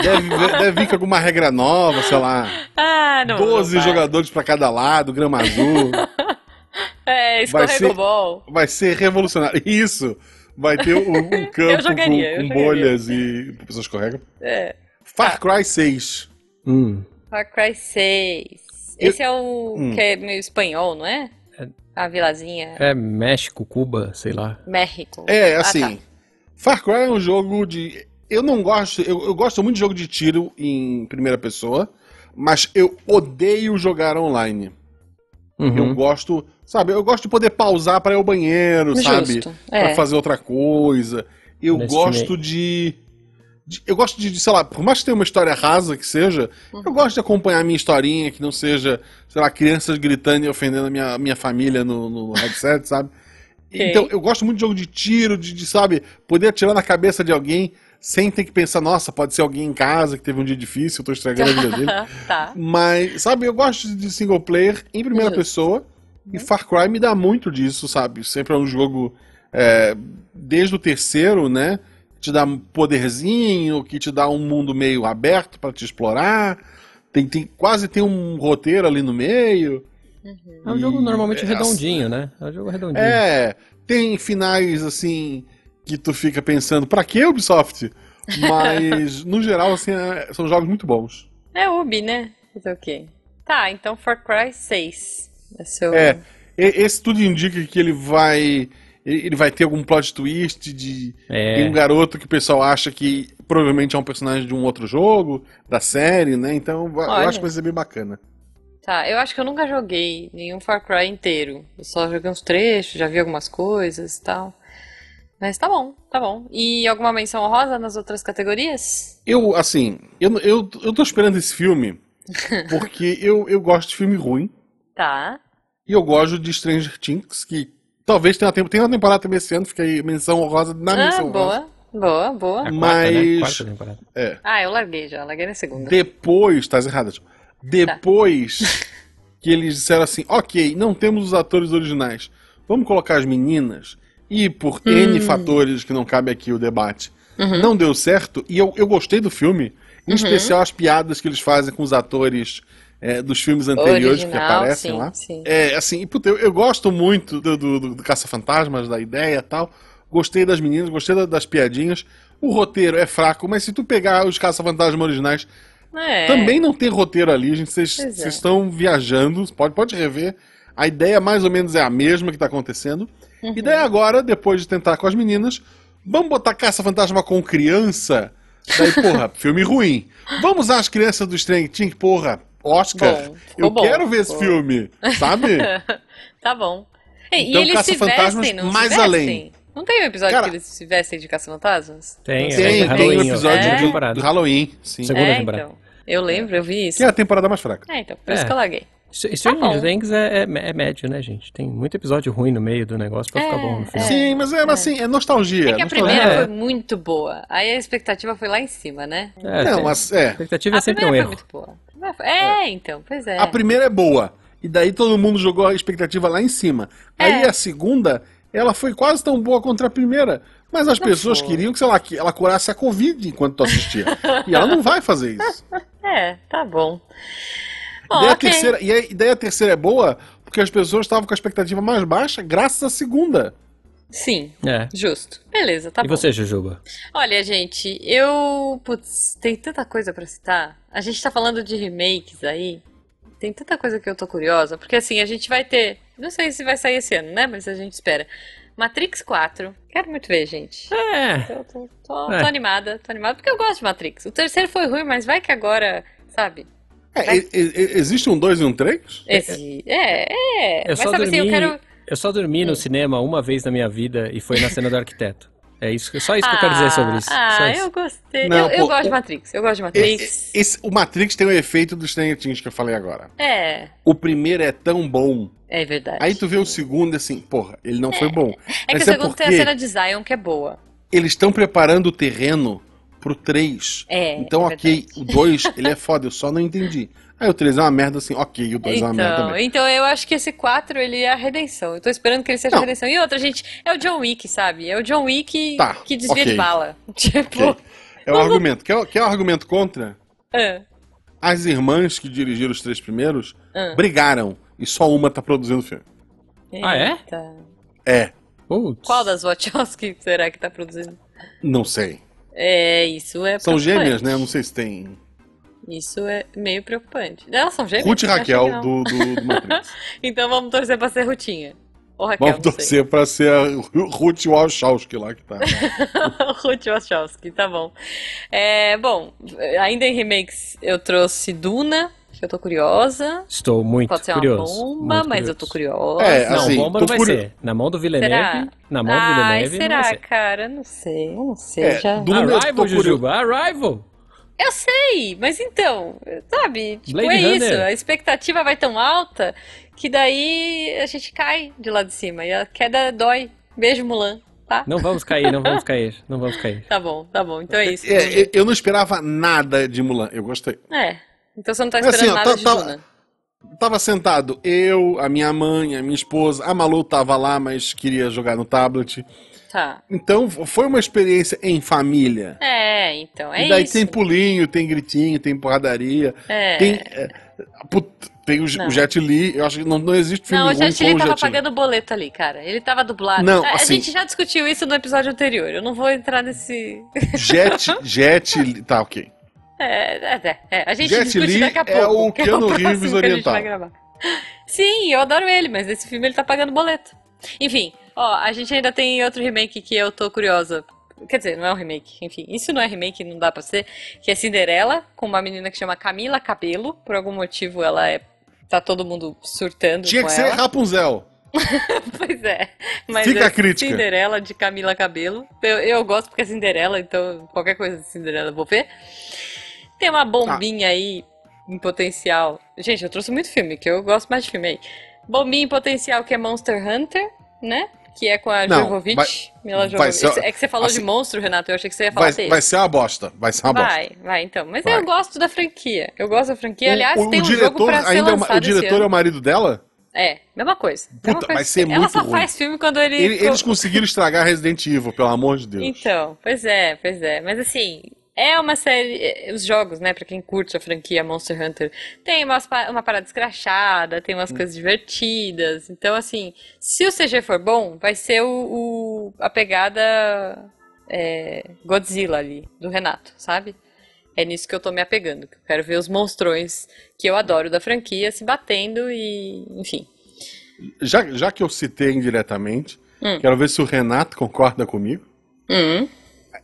Speaker 1: Deve, ver- deve vir com alguma regra nova, sei lá.
Speaker 2: Ah, não.
Speaker 1: 12
Speaker 2: não vai.
Speaker 1: jogadores pra cada lado, grama azul. Vai
Speaker 2: É, escorregou
Speaker 1: ser-
Speaker 2: bom.
Speaker 1: Vai ser revolucionário. [LAUGHS] Isso! Vai ter um, um
Speaker 2: [LAUGHS]
Speaker 1: campo
Speaker 2: jogaria,
Speaker 1: com, com
Speaker 2: eu jogaria.
Speaker 1: bolhas e. pessoas corregam.
Speaker 2: É.
Speaker 1: Far Cry 6.
Speaker 3: Hum,
Speaker 2: Far Cry 6. Esse é o
Speaker 1: Hum.
Speaker 2: que é meio espanhol, não é? A vilazinha.
Speaker 3: é México, Cuba, sei lá.
Speaker 2: México.
Speaker 1: É,
Speaker 2: Ah,
Speaker 1: assim.
Speaker 2: tá.
Speaker 1: Far Cry é um jogo de. Eu não gosto. Eu, eu gosto muito de jogo de tiro em primeira pessoa, mas eu odeio jogar online. Eu
Speaker 2: É um
Speaker 3: Uhum.
Speaker 1: gosto. Sabe, eu gosto de poder pausar pra ir ao banheiro, sabe?
Speaker 2: Justo. É.
Speaker 1: Pra fazer outra coisa. Eu
Speaker 3: Nesse
Speaker 1: gosto de, de- Eu gosto de, de, sei lá, por mais que tenha uma história rasa que seja, eu gosto de acompanhar a minha historinha, que não seja, sei lá, crianças gritando e ofendendo a minha, minha família no, no headset, sabe?
Speaker 2: Ok.
Speaker 1: Então, eu gosto muito de jogo de tiro, de, de, sabe, poder atirar na cabeça de alguém sem ter que pensar, nossa, pode ser alguém em casa que teve um dia difícil, eu tô estragando a vida dele.
Speaker 2: [LAUGHS] tá.
Speaker 1: Mas, sabe, eu gosto de single player em primeira
Speaker 2: Justo.
Speaker 1: pessoa. E Far Cry me dá muito disso, sabe? Sempre é um jogo. é, desde o terceiro, né? Te dá um poderzinho, que te dá um mundo meio aberto pra te explorar. Tem, tem, quase tem um roteiro ali no meio.
Speaker 3: É um jogo
Speaker 1: E-
Speaker 3: normalmente
Speaker 1: é,
Speaker 3: redondinho,
Speaker 2: assim.
Speaker 3: né? É um jogo redondinho.
Speaker 1: É, tem finais assim que tu fica pensando, pra que Ubisoft? Mas, no geral, assim, é- são jogos muito bons.
Speaker 2: É Ubi, né? Fazer o quê? Tá, então Far Cry 6. É seu.
Speaker 1: É, e- esse tudo indica que ele vai. Ele ele vai ter algum plot twist de tem um
Speaker 3: É,
Speaker 1: garoto que o pessoal acha que provavelmente é um personagem de um outro jogo, da série, né? Então va- eu
Speaker 2: Olha.
Speaker 1: acho que vai ser bem bacana.
Speaker 2: Tá, eu acho que eu nunca joguei nenhum Far Cry inteiro. Eu só joguei uns trechos, já vi algumas coisas e tal. Mas tá bom, tá bom. E alguma menção honrosa nas outras categorias?
Speaker 1: Eu, assim, eu, n- eu, eu tô esperando esse
Speaker 2: [LAUGHS]
Speaker 1: filme porque eu, eu gosto de filme ruim
Speaker 2: Tá.
Speaker 1: e eu gosto de Stranger Things, que talvez tenha tempo. Tem uma temporada também esse ano, fica aí menção honrosa na
Speaker 2: Ah,
Speaker 1: menção honrosa. É.
Speaker 2: boa, boa, boa.
Speaker 3: a quarta,
Speaker 1: mas-
Speaker 3: né? Quarta temporada.
Speaker 1: É.
Speaker 2: Ah, eu larguei já, larguei na segunda.
Speaker 1: Depois, tá errado. Ju. Depois que eles disseram assim, ok, não temos os atores originais, vamos colocar as meninas. E por
Speaker 2: Hum.
Speaker 1: N fatores que não cabe aqui o debate,
Speaker 2: Uhum.
Speaker 1: não deu certo. E eu, eu gostei do filme, em especial as piadas que eles fazem com os atores eh, dos filmes anteriores que
Speaker 2: Original,
Speaker 1: aparecem
Speaker 2: sim,
Speaker 1: lá.
Speaker 2: sim.
Speaker 1: É, assim, e, puta, eu, eu gosto muito do, do, do- do Caça-Fantasmas, da ideia e tal. Gostei das meninas, gostei da- das piadinhas. O roteiro é fraco, mas se tu pegar os Caça-Fantasmas originais,
Speaker 2: É.
Speaker 1: também não tem roteiro ali, gente. Vocês
Speaker 2: Pois é.
Speaker 1: vocês estão viajando, pode, pode rever. A ideia mais ou menos é a mesma que tá acontecendo.
Speaker 2: Uhum.
Speaker 1: E daí agora, depois de tentar com as meninas, vamos botar Caça-Fantasma com criança?
Speaker 2: [LAUGHS]
Speaker 1: Daí, porra, filme ruim. Vamos usar as crianças do Strange Think, porra, Oscar.
Speaker 2: Bom, ficou
Speaker 1: eu
Speaker 2: bom,
Speaker 1: quero ver esse
Speaker 2: ficou.
Speaker 1: filme,
Speaker 2: [LAUGHS]
Speaker 1: sabe?
Speaker 2: [LAUGHS] Tá bom. E,
Speaker 1: Então,
Speaker 2: e eles se
Speaker 1: Caça-Fantasmas
Speaker 2: vestem, não
Speaker 1: mais
Speaker 2: se vestem?
Speaker 1: além.
Speaker 2: Não tem um episódio
Speaker 1: Cara-
Speaker 2: que eles se vestem de caça-fantasmas?
Speaker 3: Tem,
Speaker 2: Não
Speaker 3: é,
Speaker 2: sei.
Speaker 1: Tem, tem
Speaker 3: Halloween,
Speaker 1: um
Speaker 3: ó.
Speaker 1: episódio
Speaker 2: É?
Speaker 1: de- do Halloween, sim.
Speaker 3: Segunda
Speaker 2: É,
Speaker 3: temporada.
Speaker 2: então. Eu lembro, eu vi
Speaker 1: Que
Speaker 2: isso.
Speaker 1: é a temporada mais fraca.
Speaker 2: É, então, por
Speaker 3: É.
Speaker 2: isso que eu larguei.
Speaker 3: Str-
Speaker 2: Tá bom.
Speaker 3: Stranger Things é, é, é médio, né, gente? Tem muito episódio ruim no meio do negócio pra ficar
Speaker 2: É,
Speaker 3: bom no final.
Speaker 1: Sim, mas é, mas, assim, é nostalgia.
Speaker 2: É que a
Speaker 1: nostalgia.
Speaker 2: primeira
Speaker 3: É.
Speaker 2: foi muito boa. Aí a expectativa foi lá em cima, né?
Speaker 3: É,
Speaker 1: Não,
Speaker 3: tem-
Speaker 1: mas
Speaker 3: A
Speaker 1: é.
Speaker 3: expectativa é
Speaker 2: a
Speaker 3: sempre
Speaker 2: primeira
Speaker 3: um
Speaker 2: foi
Speaker 3: erro.
Speaker 2: muito boa. A primeira foi- É, então, pois é.
Speaker 1: A primeira é boa. E daí todo mundo jogou a expectativa lá em cima. Aí
Speaker 2: É.
Speaker 1: a segunda, ela foi quase tão boa contra a primeira. Mas as pessoas
Speaker 2: foi.
Speaker 1: queriam que, sei lá, que ela curasse a Covid enquanto tu assistia. e ela não vai
Speaker 2: [LAUGHS]
Speaker 1: fazer isso.
Speaker 2: É, tá bom.
Speaker 1: E
Speaker 2: Bom,
Speaker 1: daí, a
Speaker 2: ok.
Speaker 1: terceira, e aí- e daí a terceira é boa porque as pessoas estavam com a expectativa mais baixa graças à segunda.
Speaker 2: Sim,
Speaker 3: É.
Speaker 2: justo. Beleza, tá
Speaker 3: e
Speaker 2: bom.
Speaker 3: você, Jujuba?
Speaker 2: Olha, gente, eu. Putz, tem tanta coisa pra citar. A gente tá falando de remakes aí. Tem tanta coisa que eu tô curiosa. Porque assim, a gente vai ter. Não sei se vai sair esse ano, né? Mas a gente espera. Matrix 4. Quero muito ver, gente.
Speaker 3: É.
Speaker 2: Eu tô, tô-
Speaker 3: É.
Speaker 2: tô animada, tô animada, porque eu gosto de Matrix. O terceiro foi ruim, mas vai que agora, sabe?
Speaker 1: É, e- e- e- existe um 2 e um 3?
Speaker 2: Esse. É, é.
Speaker 3: é. Eu
Speaker 2: Mas
Speaker 3: só
Speaker 2: sabe assim, eu
Speaker 3: dormi- é
Speaker 2: quero.
Speaker 3: Eu só dormi
Speaker 2: Hum.
Speaker 3: no cinema uma vez na minha vida e foi na cena do arquiteto. É isso, que- só
Speaker 2: [LAUGHS]
Speaker 3: isso que eu quero dizer sobre isso.
Speaker 2: Ah,
Speaker 3: Só
Speaker 2: ah,
Speaker 3: isso.
Speaker 2: eu gostei.
Speaker 1: Não,
Speaker 2: eu, eu
Speaker 1: pô,
Speaker 2: gosto de
Speaker 1: o-
Speaker 2: Matrix. Eu gosto de
Speaker 1: E-
Speaker 2: Matrix.
Speaker 1: e- É, esse- o Matrix tem o efeito dos Stranger Things que eu falei agora.
Speaker 2: É,
Speaker 1: O primeiro é tão bom.
Speaker 2: é verdade.
Speaker 1: Aí tu vê o segundo e assim, porra, ele não foi bom.
Speaker 2: É que
Speaker 1: Mas
Speaker 2: o
Speaker 1: é
Speaker 2: segundo tem a
Speaker 1: porque
Speaker 2: cena de Zion que é boa.
Speaker 1: eles estão preparando o terreno pro 3.
Speaker 2: É.
Speaker 1: Então,
Speaker 2: é
Speaker 1: ok,
Speaker 2: verdade.
Speaker 1: o 2, ele é foda, eu só não entendi. Aí o 3 é uma merda assim, ok, o 2 é uma merda
Speaker 2: Então,
Speaker 1: também.
Speaker 2: então eu acho que esse 4 ele é a redenção. Eu tô esperando que ele seja a
Speaker 1: Não.
Speaker 2: redenção. E outra, gente, é o John Wick, sabe? É o John Wick
Speaker 1: Tá,
Speaker 2: que desvia
Speaker 1: ok.
Speaker 2: de bala. [LAUGHS] Tipo.
Speaker 1: Ok. É o argumento. Quer, quer o argumento contra?
Speaker 2: ah,
Speaker 1: As irmãs que dirigiram os três primeiros
Speaker 2: ah.
Speaker 1: brigaram e só uma tá produzindo filme.
Speaker 3: Ah, é?
Speaker 2: Eita.
Speaker 1: É,
Speaker 3: Putz.
Speaker 2: Qual das Wachowski [LAUGHS] será que tá produzindo?
Speaker 1: não sei.
Speaker 2: É, isso é
Speaker 1: São
Speaker 2: preocupante.
Speaker 1: gêmeas, né? Eu Não sei se tem.
Speaker 2: Isso é meio preocupante. Elas são gêmeas?
Speaker 1: Ruth e
Speaker 2: Eu achei que
Speaker 1: Raquel
Speaker 2: não.
Speaker 1: do, do, do Matrix.
Speaker 2: [LAUGHS] Então vamos torcer pra ser Rutinha. Ou Raquel,
Speaker 1: Vamos
Speaker 2: não sei.
Speaker 1: torcer pra ser a Ru- Ruth Wachowski lá que tá.
Speaker 2: [LAUGHS] Ruth Wachowski, tá bom. É, bom, ainda em remakes eu trouxe Duna, que eu tô curiosa.
Speaker 3: Estou muito
Speaker 2: Pode ser uma
Speaker 3: curioso.
Speaker 2: bomba,
Speaker 3: muito
Speaker 2: mas eu tô curiosa.
Speaker 1: É,
Speaker 3: Não,
Speaker 1: assim,
Speaker 3: bomba
Speaker 1: tô
Speaker 3: não vai
Speaker 1: curio-
Speaker 3: ser. Na mão do Villeneuve.
Speaker 2: Será?
Speaker 3: Na mão do
Speaker 2: Ai,
Speaker 3: Villeneuve. Não vai
Speaker 2: será,
Speaker 3: ser.
Speaker 2: cara? Eu Não sei, [LAUGHS] eu não sei.
Speaker 1: É,
Speaker 2: já-
Speaker 1: Duna eu tô
Speaker 3: Arrival,
Speaker 1: curioso.
Speaker 3: Jujuba. Arrival.
Speaker 2: Eu sei, mas então, sabe? Tipo,
Speaker 3: Blade
Speaker 2: é isso.
Speaker 3: Runner.
Speaker 2: A expectativa vai tão alta que daí a gente cai de lá de cima. E a queda dói. Beijo, Mulan, tá?
Speaker 3: Não vamos cair, não vamos cair. Não vamos cair.
Speaker 2: Tá bom, tá bom. Então é isso.
Speaker 1: É, é, eu não esperava nada de Mulan. Eu gostei.
Speaker 2: É. Então você não tá
Speaker 1: Assim,
Speaker 2: esperando
Speaker 1: ó,
Speaker 2: nada
Speaker 1: tá-
Speaker 2: de
Speaker 1: tá-
Speaker 2: Duna.
Speaker 1: Tava sentado eu, a minha mãe, a minha esposa. A Malu tava lá, mas queria jogar no tablet.
Speaker 2: Tá.
Speaker 1: Então f- foi uma experiência em família.
Speaker 2: É, então, é
Speaker 1: e daí
Speaker 2: isso.
Speaker 1: tem pulinho, tem gritinho, tem porradaria.
Speaker 2: É.
Speaker 1: Tem, é, put- tem o, J-
Speaker 2: Não.
Speaker 1: o Jet Li. Eu acho que não, não existe filme
Speaker 2: Não, o
Speaker 1: ruim
Speaker 2: Jet Li
Speaker 1: com o
Speaker 2: tava
Speaker 1: Jet Li.
Speaker 2: pagando o boleto ali, cara. Ele tava dublado. É,
Speaker 1: Não,
Speaker 2: a, a
Speaker 1: assim-
Speaker 2: gente já discutiu isso no episódio anterior. Eu não vou entrar nesse.
Speaker 1: Jet, Jet Li. Tá, ok.
Speaker 2: É, é, é, é. A gente
Speaker 1: Jet
Speaker 2: discute
Speaker 1: Li
Speaker 2: daqui a
Speaker 1: é
Speaker 2: pouco.
Speaker 1: o
Speaker 2: que
Speaker 1: Keanu
Speaker 2: próximo
Speaker 1: Reeves
Speaker 2: que a gente vai
Speaker 1: oriental.
Speaker 2: gravar. Sim, eu adoro ele, mas esse filme ele tá pagando boleto. Enfim, ó, a gente ainda tem outro remake que eu tô curiosa. Quer dizer, não é um remake, enfim. Isso não é remake, não dá pra ser. Que é Cinderela, com uma menina que chama Camila Cabelo. Por algum motivo ela é. Tá todo mundo surtando
Speaker 1: Tinha
Speaker 2: com
Speaker 1: que ser
Speaker 2: ela.
Speaker 1: Rapunzel.
Speaker 2: [LAUGHS] Pois é. Mas
Speaker 1: Fica a
Speaker 2: é
Speaker 1: crítica.
Speaker 2: Cinderela de Camila Cabelo. Eu, eu gosto porque é Cinderela, então qualquer coisa de Cinderela eu vou ver. Tem uma bombinha aí em potencial. Gente, eu trouxe muito filme, que eu gosto mais de filme aí. Bombinha em potencial que é Monster Hunter, né? Que é com a
Speaker 1: Não,
Speaker 2: Jovovich.
Speaker 1: vai-
Speaker 2: Mila
Speaker 1: vai
Speaker 2: Jovovich.
Speaker 1: ser-
Speaker 2: é que você falou de
Speaker 1: assim,
Speaker 2: monstro, Renato. Eu achei que você ia falar
Speaker 1: Vai,
Speaker 2: dele.
Speaker 1: vai ser uma bosta. Vai ser uma bosta.
Speaker 2: vai, vai, então. Mas
Speaker 1: Vai.
Speaker 2: eu gosto da franquia. Eu gosto da franquia. Aliás,
Speaker 1: o, o
Speaker 2: tem um
Speaker 1: diretor
Speaker 2: jogo pra ser
Speaker 1: ainda é o ma-
Speaker 2: lançado
Speaker 1: o,
Speaker 2: esse
Speaker 1: diretor
Speaker 2: ano.
Speaker 1: é o marido dela?
Speaker 2: É, mesma coisa. mesma
Speaker 1: Puta,
Speaker 2: coisa.
Speaker 1: vai ser
Speaker 2: Ela
Speaker 1: muito
Speaker 2: só
Speaker 1: ruim.
Speaker 2: faz filme quando ele.
Speaker 1: Ele- eles conseguiram estragar Resident Evil, pelo amor de Deus.
Speaker 2: Então, pois é, pois é. Mas assim, é uma série. é, Os jogos, né? Pra quem curte a franquia Monster Hunter, tem umas pa- uma parada escrachada, tem
Speaker 1: Hum.
Speaker 2: umas coisas divertidas. Então, assim, se o CG for bom, vai ser o, o- a pegada é, Godzilla ali, do Renato, sabe? É nisso que eu tô me apegando, que eu quero ver os monstrões que eu adoro da franquia se batendo e, enfim.
Speaker 1: Já, já que eu citei indiretamente,
Speaker 2: Hum.
Speaker 1: quero ver se o Renato concorda comigo.
Speaker 2: Hum,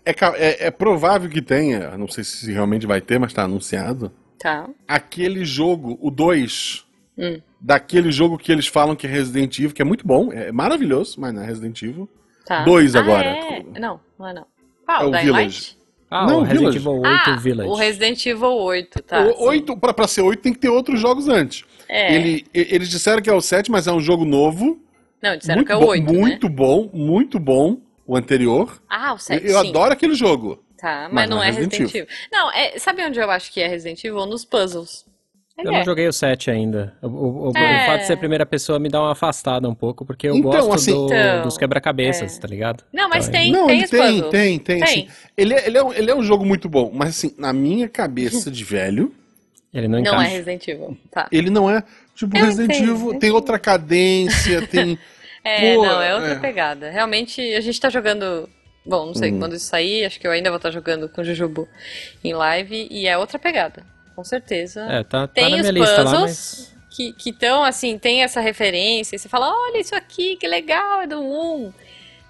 Speaker 1: É, ca- é- é provável que tenha, não sei se realmente vai ter, mas tá anunciado.
Speaker 2: tá.
Speaker 1: Aquele jogo, o 2,
Speaker 2: Hum.
Speaker 1: daquele jogo que eles falam que é Resident Evil, que é muito bom, é maravilhoso, mas não é Resident Evil.
Speaker 2: Tá.
Speaker 1: Dois
Speaker 2: Ah,
Speaker 1: agora.
Speaker 2: é? Não, não é não. Qual?
Speaker 1: É o
Speaker 2: Dying
Speaker 1: Village.
Speaker 2: Light?
Speaker 3: Ah,
Speaker 1: Não,
Speaker 3: o Resident
Speaker 1: Village.
Speaker 3: Evil 8
Speaker 2: Ah,
Speaker 3: Village.
Speaker 2: o Resident Evil 8, tá.
Speaker 1: O-
Speaker 2: sim.
Speaker 1: oito, pra, pra ser 8 tem que ter outros jogos antes.
Speaker 2: É.
Speaker 1: Ele- e- eles disseram que é o 7, mas é um jogo novo.
Speaker 2: Não, disseram
Speaker 1: muito
Speaker 2: que é o
Speaker 1: bom,
Speaker 2: 8, né?
Speaker 1: muito bom, muito bom o anterior.
Speaker 2: Ah, o 7,
Speaker 1: eu eu
Speaker 2: sim.
Speaker 1: adoro aquele jogo.
Speaker 2: Tá, mas
Speaker 1: mas
Speaker 2: não
Speaker 1: não
Speaker 2: é
Speaker 1: é
Speaker 2: Resident
Speaker 1: Resident
Speaker 2: Evil. Não, é, sabe onde eu acho que é Resident Evil? Nos puzzles. Ele
Speaker 3: Eu não
Speaker 2: é.
Speaker 3: joguei o 7 ainda. O, o- o-
Speaker 2: É.
Speaker 3: o fato de ser a primeira pessoa me dá uma afastada um pouco, porque eu
Speaker 1: Então,
Speaker 3: gosto
Speaker 1: assim-
Speaker 3: do-
Speaker 2: Então,
Speaker 3: dos quebra-cabeças, tá ligado?
Speaker 2: Não, mas
Speaker 3: Então,
Speaker 2: tem,
Speaker 1: Não,
Speaker 2: tem
Speaker 1: ele
Speaker 2: os
Speaker 1: tem,
Speaker 2: puzzles.
Speaker 1: tem, tem,
Speaker 2: Tem.
Speaker 1: assim. Ele é, ele, é um, ele é um jogo muito bom, mas assim, na minha cabeça de velho,
Speaker 3: Ele não
Speaker 2: Não é
Speaker 3: encaixa.
Speaker 2: Resident Evil, tá.
Speaker 1: ele não é. Tipo,
Speaker 2: Eu
Speaker 1: Resident
Speaker 2: entendo,
Speaker 1: Evil
Speaker 2: eu [LAUGHS]
Speaker 1: tem outra cadência, tem.
Speaker 2: É, Pô, não, é outra é. pegada. Realmente, a gente tá jogando. Bom, não sei hum. quando isso sair, acho que eu ainda vou estar jogando com Jujubu em live, e é outra pegada, com certeza.
Speaker 3: É, tá, tá Tem na os minha puzzles. Lá, mas
Speaker 2: que estão, assim, tem essa referência, e você fala, olha isso aqui, que legal, é do 1.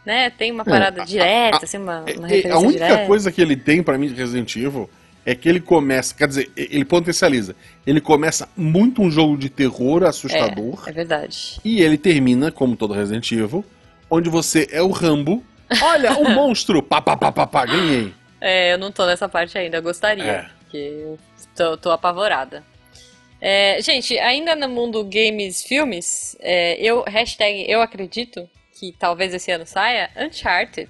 Speaker 2: Né? Tem uma parada é, direta, a, a, assim, uma, uma referência
Speaker 1: é, A única
Speaker 2: direta.
Speaker 1: coisa que ele tem para mim de Resident Evil é que ele começa, quer dizer, ele potencializa. Ele começa muito um jogo de terror assustador.
Speaker 2: É, é verdade.
Speaker 1: E ele termina, como todo Resident Evil, onde você é o Rambo. Olha, o um monstro! Pá, pá, pá, pá, pá, ganhei.
Speaker 2: É, eu não tô nessa parte ainda, eu gostaria. É. Porque eu tô, tô apavorada. É, gente, ainda no mundo games filmes, é, eu, hashtag eu acredito que talvez esse ano saia Uncharted.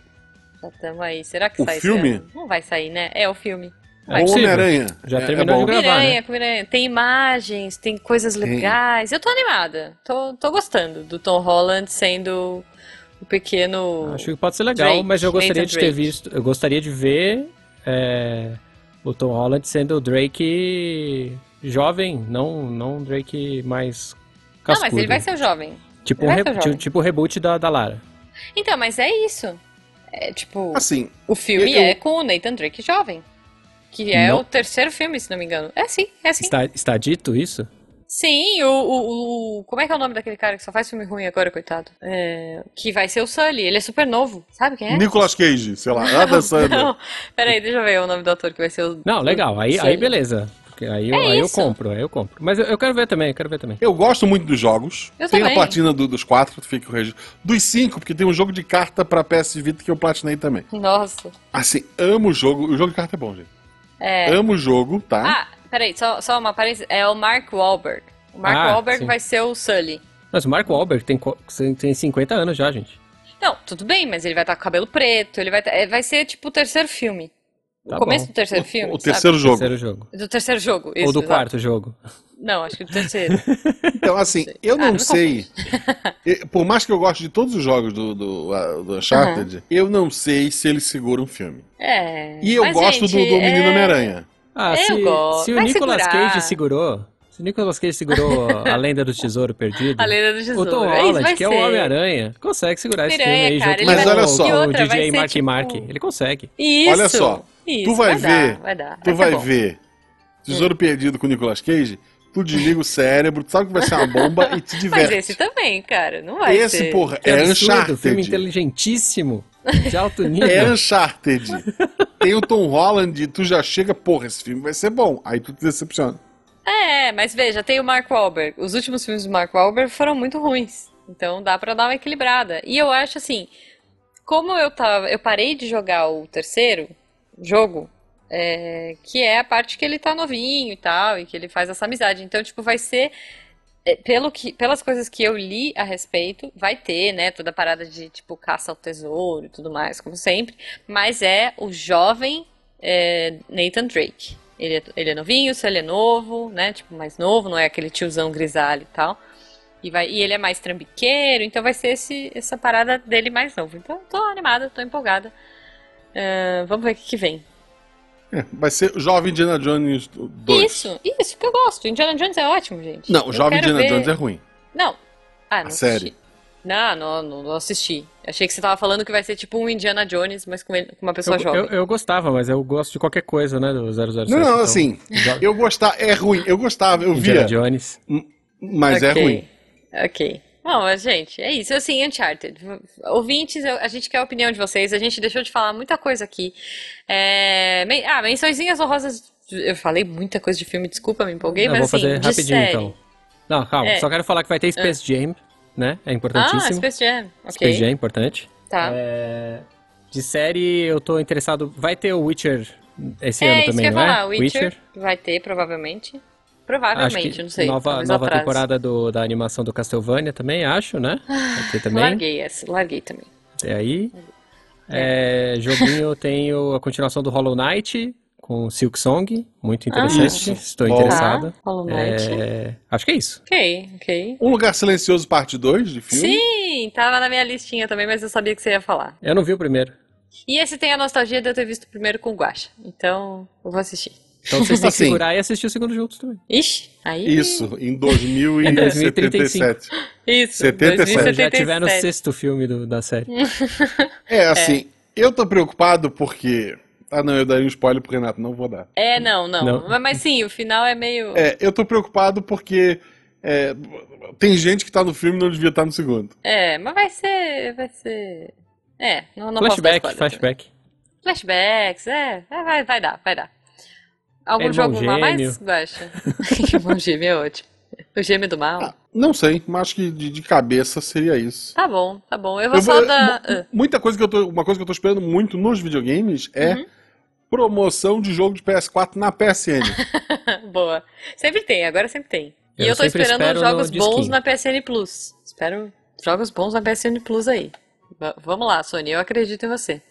Speaker 2: Já estamos aí. Será que
Speaker 1: o
Speaker 2: sai
Speaker 1: filme?
Speaker 2: Esse ano? Não vai sair, né? É o filme.
Speaker 1: É o Homem-Aranha.
Speaker 3: Já é, terminou é de gravar,
Speaker 2: Miranha,
Speaker 3: né?
Speaker 2: Miranha. Tem imagens, tem coisas legais. Eu tô animada. Tô, tô gostando do Tom Holland sendo o um pequeno.
Speaker 3: Acho que pode ser legal, Drake, mas eu gostaria Nathan de ter Drake. visto. Eu gostaria de ver é, o Tom Holland sendo o Drake jovem, não não Drake mais cascudo.
Speaker 2: Não, mas ele vai ser o jovem.
Speaker 3: Tipo um
Speaker 2: re
Speaker 3: jovem. tipo o reboot da, da Lara.
Speaker 2: Então, mas é isso. É tipo,
Speaker 1: assim,
Speaker 2: o filme eu, eu... é com o Nathan Drake jovem, que é não. o terceiro filme, se não me engano. É sim, é sim.
Speaker 3: Está, está dito isso?
Speaker 2: Sim, o, o, o, Como é que é o nome daquele cara que só faz filme ruim agora, coitado? É, que vai ser o Sully, ele é super novo. Sabe quem é?
Speaker 1: Nicolas Cage, sei lá,
Speaker 2: [LAUGHS]
Speaker 1: Adam Sandler. Não,
Speaker 2: peraí, deixa eu ver o nome do ator que vai ser o.
Speaker 3: Não, legal, aí, Sully. aí beleza. Aí, eu, é aí eu compro, aí eu compro. Mas eu, eu, quero ver também, eu quero ver também.
Speaker 1: Eu gosto muito dos jogos. Eu tem também. a platina do, dos quatro, fica o registro. Dos cinco, porque tem um jogo de carta pra PS Vita que eu platinei também.
Speaker 2: Nossa.
Speaker 1: Assim, amo o jogo. O jogo de carta é bom, gente. É. Amo o jogo, tá?
Speaker 2: Ah, peraí, só, só uma parênteses. É o Mark Wahlberg. O Mark ah, Wahlberg sim. vai ser o Sully.
Speaker 3: Mas o Mark Wahlberg tem, tem 50 anos já, gente.
Speaker 2: Não, tudo bem, mas ele vai estar com cabelo preto, ele vai, tá, vai ser tipo o terceiro filme. Tá começo bom. do terceiro filme.
Speaker 1: O, o terceiro, jogo.
Speaker 3: terceiro jogo.
Speaker 2: Do terceiro jogo. Isso,
Speaker 3: Ou do exatamente. quarto jogo.
Speaker 2: Não, acho que
Speaker 1: [LAUGHS]
Speaker 2: do terceiro.
Speaker 1: então, assim, eu não, ah, não sei. [LAUGHS] por mais que eu goste de todos os jogos do, do, do Uncharted, uhum. eu não sei se ele segura um filme.
Speaker 2: É.
Speaker 1: E eu Mas, gosto gente, do, do Menino é... Homem-Aranha.
Speaker 3: Ah, eu se, gosto. se o Vai Nicolas segurar. Cage segurou. Se Nicolas Cage
Speaker 2: [LAUGHS]
Speaker 3: segurou A Lenda do Tesouro Perdido,
Speaker 2: a Lenda do Tesouro.
Speaker 3: o Tom Holland, é que é o Homem-Aranha, consegue segurar Piranha, esse filme aí cara,
Speaker 1: junto Mas olha só,
Speaker 3: o DJ Mark tipo... Mark, ele consegue.
Speaker 2: Isso.
Speaker 1: Olha só, Isso, tu vai, vai ver,
Speaker 2: dar, vai dar.
Speaker 1: tu vai, vai ver Tesouro é hum. Perdido com Nicolas Cage, tu desliga o cérebro, tu sabe que vai ser uma bomba [LAUGHS] e te diverte.
Speaker 2: Mas esse também, cara, não vai
Speaker 1: esse,
Speaker 2: ser.
Speaker 1: porra, é, é absurdo, Uncharted.
Speaker 3: filme inteligentíssimo, de alto
Speaker 1: [LAUGHS]
Speaker 3: nível.
Speaker 1: É Uncharted. Tem o Tom Holland e tu já chega, porra, esse filme vai ser bom. Aí tu te decepciona.
Speaker 2: É, mas veja, tem o Mark Wahlberg. Os últimos filmes do Mark Wahlberg foram muito ruins. Então dá para dar uma equilibrada. E eu acho assim, como eu tava, eu parei de jogar o terceiro jogo, é, que é a parte que ele tá novinho e tal, e que ele faz essa amizade. Então, tipo, vai ser é, pelo que, pelas coisas que eu li a respeito, vai ter, né, toda a parada de tipo caça ao tesouro e tudo mais, como sempre, mas é o jovem é, Nathan Drake. Ele é, ele é, novinho, se ele é novo, né? Tipo, mais novo, não é aquele tiozão grisalho e tal. E, vai, e ele é mais trambiqueiro, então vai ser esse, essa parada dele mais novo. Então, tô animada, tô empolgada. Uh, vamos ver o que, que vem.
Speaker 1: É, vai ser Jovem Indiana Jones 2.
Speaker 2: Isso, isso que eu gosto. Indiana Jones é ótimo, gente.
Speaker 1: Não, eu Jovem Indiana ver... Jones é ruim.
Speaker 2: Não. Ah, não.
Speaker 1: A série.
Speaker 2: Não, não, não, não, assisti. Achei que você tava falando que vai ser tipo um Indiana Jones, mas com, ele, com uma pessoa
Speaker 3: eu,
Speaker 2: jovem.
Speaker 3: Eu, eu, gostava, mas eu gosto de qualquer coisa, né, do 007. Não,
Speaker 1: não, então, assim, eu gostava, é ruim, eu gostava, eu via.
Speaker 3: Indiana Jones.
Speaker 1: Mas okay. é ruim.
Speaker 2: Ok. Bom, mas, gente, é isso. Assim, Uncharted. Ouvintes, eu, a gente quer a opinião de vocês. A gente deixou de falar muita coisa aqui. É, men ah, mençõezinhas honrosas. Eu falei muita coisa de filme, desculpa, me empolguei,
Speaker 3: eu
Speaker 2: mas
Speaker 3: vou fazer
Speaker 2: assim,
Speaker 3: rapidinho,
Speaker 2: série.
Speaker 3: então. Não, calma, é. só quero falar que vai ter Space ah. Jam né? É importantíssimo.
Speaker 2: Ah, Space Jam. Okay.
Speaker 3: Space Jam é importante.
Speaker 2: Tá.
Speaker 3: É... De série, eu tô interessado. Vai ter o Witcher esse
Speaker 2: é,
Speaker 3: ano também,
Speaker 2: não
Speaker 3: é?
Speaker 2: Witcher, Witcher, vai ter, provavelmente. Provavelmente, não sei.
Speaker 3: Nova, nova atrás. temporada do, da animação do Castlevania também, acho, né?
Speaker 2: Vai [LAUGHS] ter também. Larguei essa, larguei também. Tá.
Speaker 3: E aí. É. É, joguinho tem a continuação do Hollow Knight com Silk Song, muito interessante. Ah, Estou Bom. interessada.
Speaker 2: Tá. É...
Speaker 3: acho que é Hum? isso.
Speaker 2: Ok, ok.
Speaker 1: Um Lugar Silencioso, parte 2 de filme?
Speaker 2: Sim, tava na minha listinha também, mas eu sabia que você ia falar.
Speaker 3: Eu não vi o primeiro.
Speaker 2: E esse tem a nostalgia de eu ter visto o primeiro com o Guacha. Então, eu vou assistir.
Speaker 3: Então vocês têm que segurar e assistir o segundo juntos também.
Speaker 2: Ixi, aí.
Speaker 1: Isso, É, em [LAUGHS] 2077.
Speaker 2: Isso,
Speaker 1: 77.
Speaker 3: Quando já tiver no
Speaker 2: 2077.
Speaker 3: sexto filme do- da série.
Speaker 1: É, assim, eu tô preocupado porque. Ah, não, eu daria um spoiler pro Renato, não vou dar.
Speaker 2: É, não, não.
Speaker 3: Não.
Speaker 2: Mas, mas sim, o final é meio.
Speaker 1: É, eu tô preocupado porque. é, tem gente que tá no filme e não devia estar no segundo.
Speaker 2: É, mas vai ser. Vai ser. É, não, não posso dar
Speaker 3: flashback,
Speaker 2: spoiler também.
Speaker 3: flashback.
Speaker 2: Flashbacks, é. é, Vai, vai dar, vai dar.
Speaker 3: É
Speaker 2: Algum
Speaker 3: irmão
Speaker 2: jogo lá mais,
Speaker 3: gêmeo.
Speaker 2: [LAUGHS] Guaxa? Irmão gêmeo é ótimo. O gêmeo do mal.
Speaker 1: Ah, não sei, mas acho que de, de cabeça seria isso.
Speaker 2: Tá bom, tá bom. Eu vou
Speaker 1: Eu
Speaker 2: só
Speaker 1: vou-
Speaker 2: dar.
Speaker 1: mu-
Speaker 2: ah,
Speaker 1: Muita coisa que eu tô, uma coisa que eu tô esperando muito nos videogames é
Speaker 2: Uhum.
Speaker 1: promoção de jogo de PS4 na
Speaker 2: [LAUGHS]
Speaker 1: PSN.
Speaker 2: Boa. Sempre tem, agora sempre tem. E
Speaker 3: Eu
Speaker 2: eu tô
Speaker 3: sempre
Speaker 2: esperando
Speaker 3: espero
Speaker 2: jogos
Speaker 3: no
Speaker 2: bons
Speaker 3: disquinho.
Speaker 2: na PSN Plus. Espero jogos bons na PSN Plus aí. Va- vamos lá, Sony, eu acredito em você.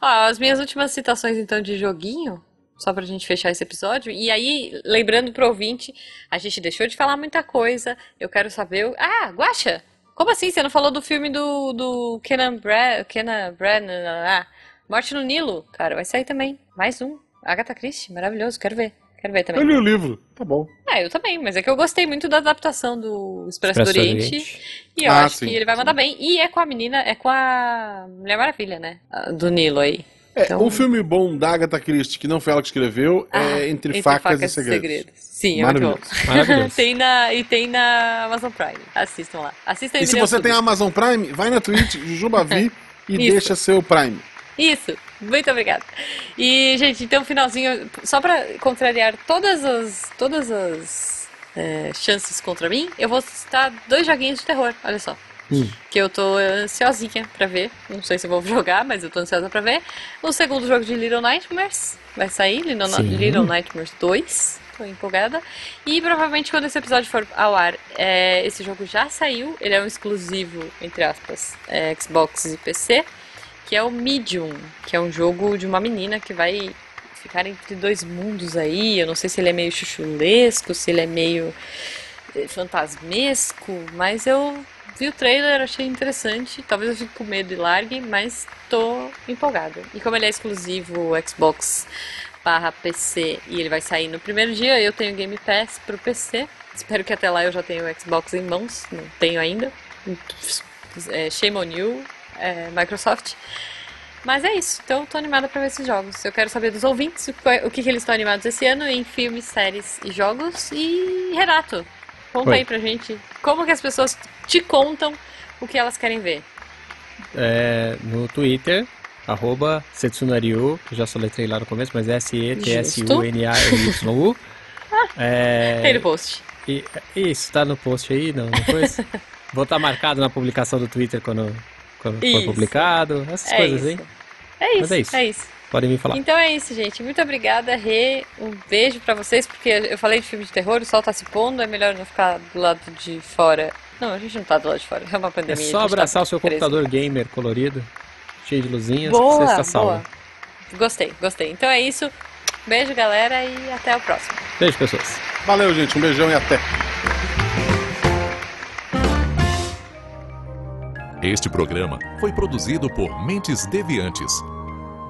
Speaker 2: Ó, as minhas últimas citações então de joguinho, só pra gente fechar esse episódio. E aí, lembrando pro ouvinte, a gente deixou de falar muita coisa. Eu quero saber. o- Ah, Guaxa! Como assim? Você não falou do filme do, do Kenan Bra... Kenan Brennan? Ah, Morte no Nilo? Cara, vai sair também. Mais um. Agatha Christie, maravilhoso, quero ver. Quero ver também.
Speaker 1: Eu li o livro, tá bom.
Speaker 2: Ah, eu também, mas é que eu gostei muito da adaptação do Expresso,
Speaker 3: Expresso
Speaker 2: do Oriente, e eu
Speaker 1: Ah,
Speaker 2: acho
Speaker 1: sim,
Speaker 2: que ele vai mandar bem. E é com a menina, é com a Mulher Maravilha, né? Ah, Do Nilo aí.
Speaker 1: É,
Speaker 2: Então-
Speaker 1: um filme bom da Agatha Christie, que não foi ela que escreveu,
Speaker 2: Ah,
Speaker 1: é Entre, Facas, e Segredos.
Speaker 2: Sim, é muito bom.
Speaker 1: Maravilhoso.
Speaker 2: [LAUGHS]
Speaker 3: Maravilhoso.
Speaker 2: Tem na, e tem na Amazon Prime. Assistam lá. Assistam
Speaker 1: E se você tem a Amazon Prime, vai na Twitch,
Speaker 2: [LAUGHS]
Speaker 1: Jujubavi, e
Speaker 2: Isso.
Speaker 1: deixa seu Prime.
Speaker 2: Isso, muito obrigada. E, gente, então, finalzinho, só pra contrariar todas as, todas as é, chances contra mim, eu vou citar dois joguinhos de terror, olha só.
Speaker 3: Hum.
Speaker 2: Que eu tô ansiosinha pra ver. Não sei se eu vou [LAUGHS] jogar, mas eu tô ansiosa pra ver. O segundo jogo de Little Nightmares vai sair, Little,
Speaker 3: Sim.
Speaker 2: Little Nightmares 2. Tô empolgada. E provavelmente quando esse episódio for ao ar, é, esse jogo já saiu. Ele é um exclusivo, entre aspas, é, Xbox e PC que é o Medium, que é um jogo de uma menina que vai ficar entre dois mundos aí. Eu não sei se ele é meio chuchulesco, se ele é meio eh, fantasmesco, mas eu vi o trailer, achei interessante. Talvez eu fique com medo e largue, mas tô empolgada. E como ele é exclusivo Xbox barra PC e ele vai sair no primeiro dia, eu tenho Game Pass pro PC. Espero que até lá eu já tenha o Xbox em mãos, não tenho ainda. Hum, É, shame on you, é, Microsoft. Mas é isso, então eu tô animada pra ver esses jogos. Eu quero saber dos ouvintes o que, o que que eles estão animados esse ano em filmes, séries e jogos. E Renato, conta
Speaker 3: Oi.
Speaker 2: aí pra gente como que as pessoas te contam o que elas querem ver.
Speaker 3: É, no Twitter, arroba Setsunaryu, que eu já soletrei lá no começo, mas é S-E-T-S-U-N-A-R-Y-U.
Speaker 2: Tem
Speaker 3: É,
Speaker 2: no post.
Speaker 3: e- isso, tá no post aí, não, depois. Vou estar marcado na publicação do Twitter quando, quando for
Speaker 2: Isso.
Speaker 3: publicado, essas
Speaker 2: é
Speaker 3: coisas,
Speaker 2: isso.
Speaker 3: hein?
Speaker 2: É
Speaker 3: Mas
Speaker 2: isso,
Speaker 3: é isso.
Speaker 2: é isso.
Speaker 3: Podem me falar.
Speaker 2: Então é isso, gente. Muito obrigada, Rê. Um beijo pra vocês, porque eu falei de filme de terror, o sol tá se pondo, é melhor não ficar do lado de fora. Não, a gente não tá do lado de fora, é uma
Speaker 3: É
Speaker 2: pandemia. a
Speaker 3: só
Speaker 2: gente tá
Speaker 3: abraçar o seu
Speaker 2: preso.
Speaker 3: computador gamer colorido, cheio de luzinhas, que
Speaker 2: Boa,
Speaker 3: você está salvo.
Speaker 2: boa. Gostei, gostei. Então é isso. Beijo, galera, e até o próximo.
Speaker 3: Beijo, pessoas.
Speaker 1: Valeu, gente. Um beijão e até.
Speaker 4: Este programa foi produzido por Mentes Deviantes.